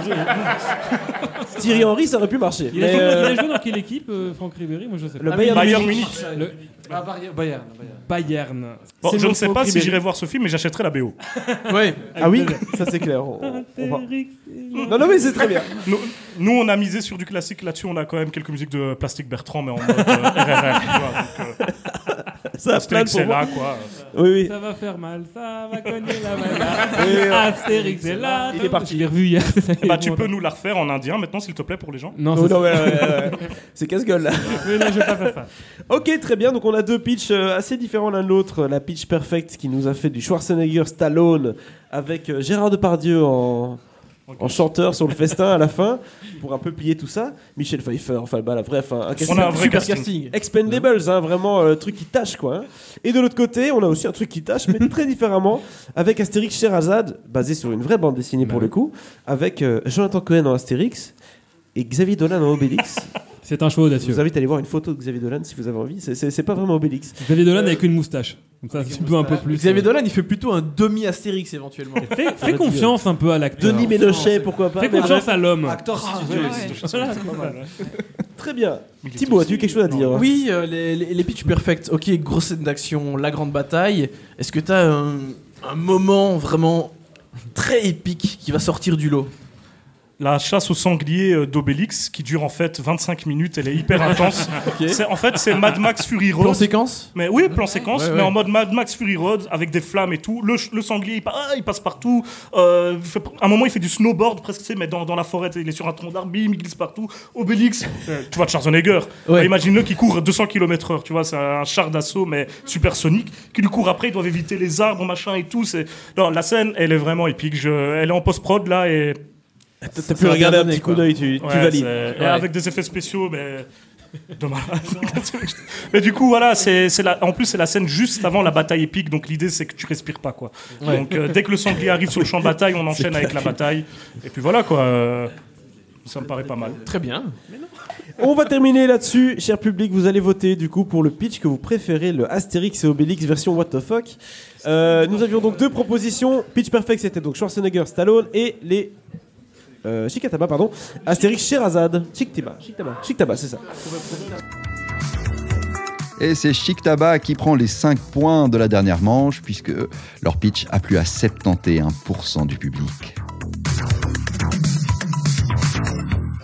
Thierry Henry, ça aurait pu marcher. Il a, mais, joué, euh, il a joué dans quelle équipe, euh, Franck Ribéry Moi je sais pas. le Bayern, Bayern Munich. Munich. Le Ah, Bayern, Bayern. Bayern. Bayern. Bon, C'est je ne mon sais faux pas si Ribéry. j'irai voir ce film, mais j'achèterai la BO. Ouais. Ah oui, ça c'est clair. on- on- on va- Astérix, il Non, non, mais c'est très bien. Nous, nous, on a misé sur du classique. Là-dessus, on a quand même quelques musiques de Plastic Bertrand, mais en mode euh, RRR. tu vois, donc, euh, Ça plane Astérix, pour c'est moi. là, quoi. Oui, oui. Ça va faire mal, ça va cogner la Oui, oui. balle. Astérix est là. Il est parti. Je l'ai revu hier. Bah, tu peux nous la refaire en indien maintenant, s'il te plaît, pour les gens. Non, Oh, c'est non, ouais, ouais, ouais, ouais. C'est casse-gueule là. Mais là, je vais pas faire ça. Ok, très bien. Donc on a deux pitchs euh, assez différents l'un de l'autre. La pitch perfect qui nous a fait du Schwarzenegger Stallone avec euh, Gérard Depardieu en, en chanteur sur le festin à la fin pour un peu plier tout ça. Michel Pfeiffer, enfin bah, là, bref, un, un casting On a un vrai super casting. Expendables, hein, vraiment euh, le truc qui tâche quoi. hein. Et de l'autre côté, on a aussi un truc qui tâche, mais très différemment, avec Astérix Sherazade, basé sur une vraie bande dessinée pour le coup, avec euh, Jonathan Cohen en Astérix et Xavier Dolan en Obélix. C'est un choix Je audacieux. vous invite à aller voir une photo de Xavier Dolan si vous avez envie. C'est- C'est c'est pas vraiment Obélix. Xavier Dolan avec une moustache. Comme ça, tu peux un peu plus. Xavier euh, Dolan, il fait plutôt un demi-astérix éventuellement. Fais, fais confiance un peu à l'acteur. Denis Ménochet, pourquoi pas. Fais mais confiance à l'homme. Acteur studio. bref. Très bien. Thibaut, as-tu quelque chose à dire hein Oui, euh, les, les, les pitchs perfects. Ok, grosse scène d'action, la grande bataille. Est-ce que t'as un, un moment vraiment très épique qui va sortir du lot La chasse aux sangliers euh, d'Obélix, qui dure en fait 25 minutes, elle est hyper intense. C'est- En fait, c'est Mad Max Fury Plan Road. séquence Mais oui, plan séquence, Ouais, ouais. mais en mode Mad Max Fury Road avec des flammes et tout. Le, ch- le sanglier, il, pa- ah, il passe partout. Euh, il fait- à un moment, il fait du snowboard presque, tu sais, mais dans, dans la forêt, il est sur un tronc d'arbre, bim, il glisse partout. Obélix, euh, tu vois, Schwarzenegger. Ouais. Bah, Imagine-le qui court à 200 km/h, tu vois, c'est un char d'assaut, mais supersonique, qui lui court après, ils doivent éviter les arbres, machin et tout. C'est... Non, la scène, elle est vraiment épique. Je- Elle est en post-prod là et. T'as pu regarder un petit coup d'œil, tu, tu Ouais, valides. c'est- et Ouais. avec des effets spéciaux, mais. De malade. mais du coup, voilà, c'est, c'est la... en plus, c'est la scène juste avant la bataille épique, donc l'idée, c'est que tu respires pas, quoi. Donc, euh, dès que le sanglier arrive sur le champ de bataille, on enchaîne avec la bataille. Et puis voilà, quoi. euh, Ça me paraît pas mal. Très bien. On va terminer là-dessus, cher public. Vous allez voter du coup pour le pitch que vous préférez, le Astérix et Obélix version What the fuck. Euh, nous avions donc deux propositions. Pitch Perfect, c'était donc Schwarzenegger, Stallone et les. Euh, Chikataba, pardon. Astérix Sherazade. Chiktaba, Chiktaba, Chiktaba, c'est ça. Et c'est Chic Tabac qui prend les 5 points de la dernière manche, puisque leur pitch a plu à 71% du public.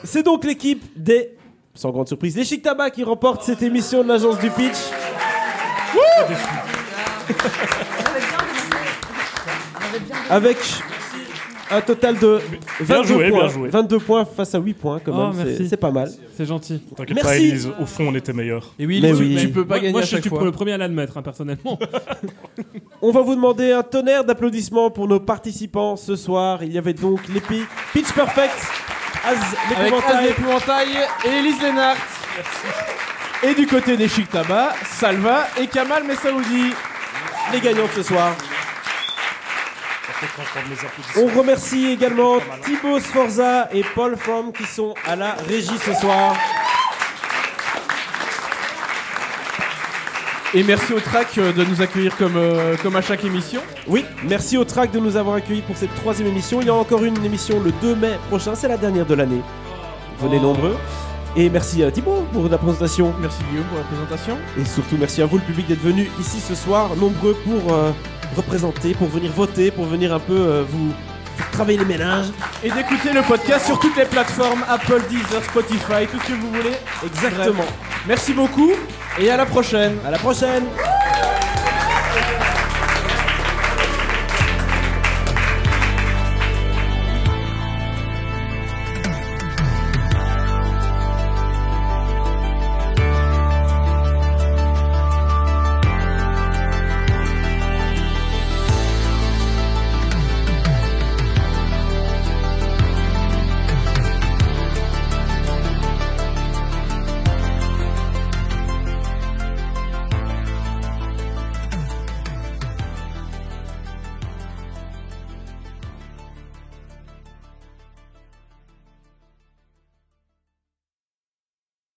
C'est donc l'équipe des, sans grande surprise, les Chic Tabac qui remporte cette émission de l'agence du pitch. Wouh Avec un total de 22, Bien joué, points, bien joué. 22 points face à 8 points quand Oh, même, c'est- merci. c'est pas mal. C'est gentil. T'inquiète Merci. pas, Elise, au fond, on était meilleurs. Et oui, Mais tu, oui. tu peux pas Moi- gagner moi, à je suis chaque fois. pour le premier à l'admettre, hein, personnellement. On va vous demander un tonnerre d'applaudissements pour nos participants ce soir. Il y avait donc les pi- Pitch Perfect, Az Avec l'épouvantail, Anne Épouvantail et Elise Lénart. Et du côté des Chic Tabac, Salva et Kamal Messaoudi. les gagnants de ce soir. On On remercie également Thibaut Sforza et Paul Fromm qui sont à la régie ce soir. Et merci au track euh, de nous accueillir comme, euh, comme à chaque émission. Oui, merci au track de nous avoir accueillis pour cette troisième émission. Il y a encore une émission le 2 mai prochain, c'est la dernière de l'année. Venez nombreux. Et merci à Thibaut pour la présentation. Merci Guillaume pour la présentation. Et surtout merci à vous le public d'être venu ici ce soir, nombreux pour euh, représenter, pour venir voter, pour venir un peu euh, vous faire travailler les ménages. Et d'écouter le podcast sur toutes les plateformes Apple, Deezer, Spotify, tout ce que vous voulez. Exactement. Merci beaucoup et à la prochaine. À la prochaine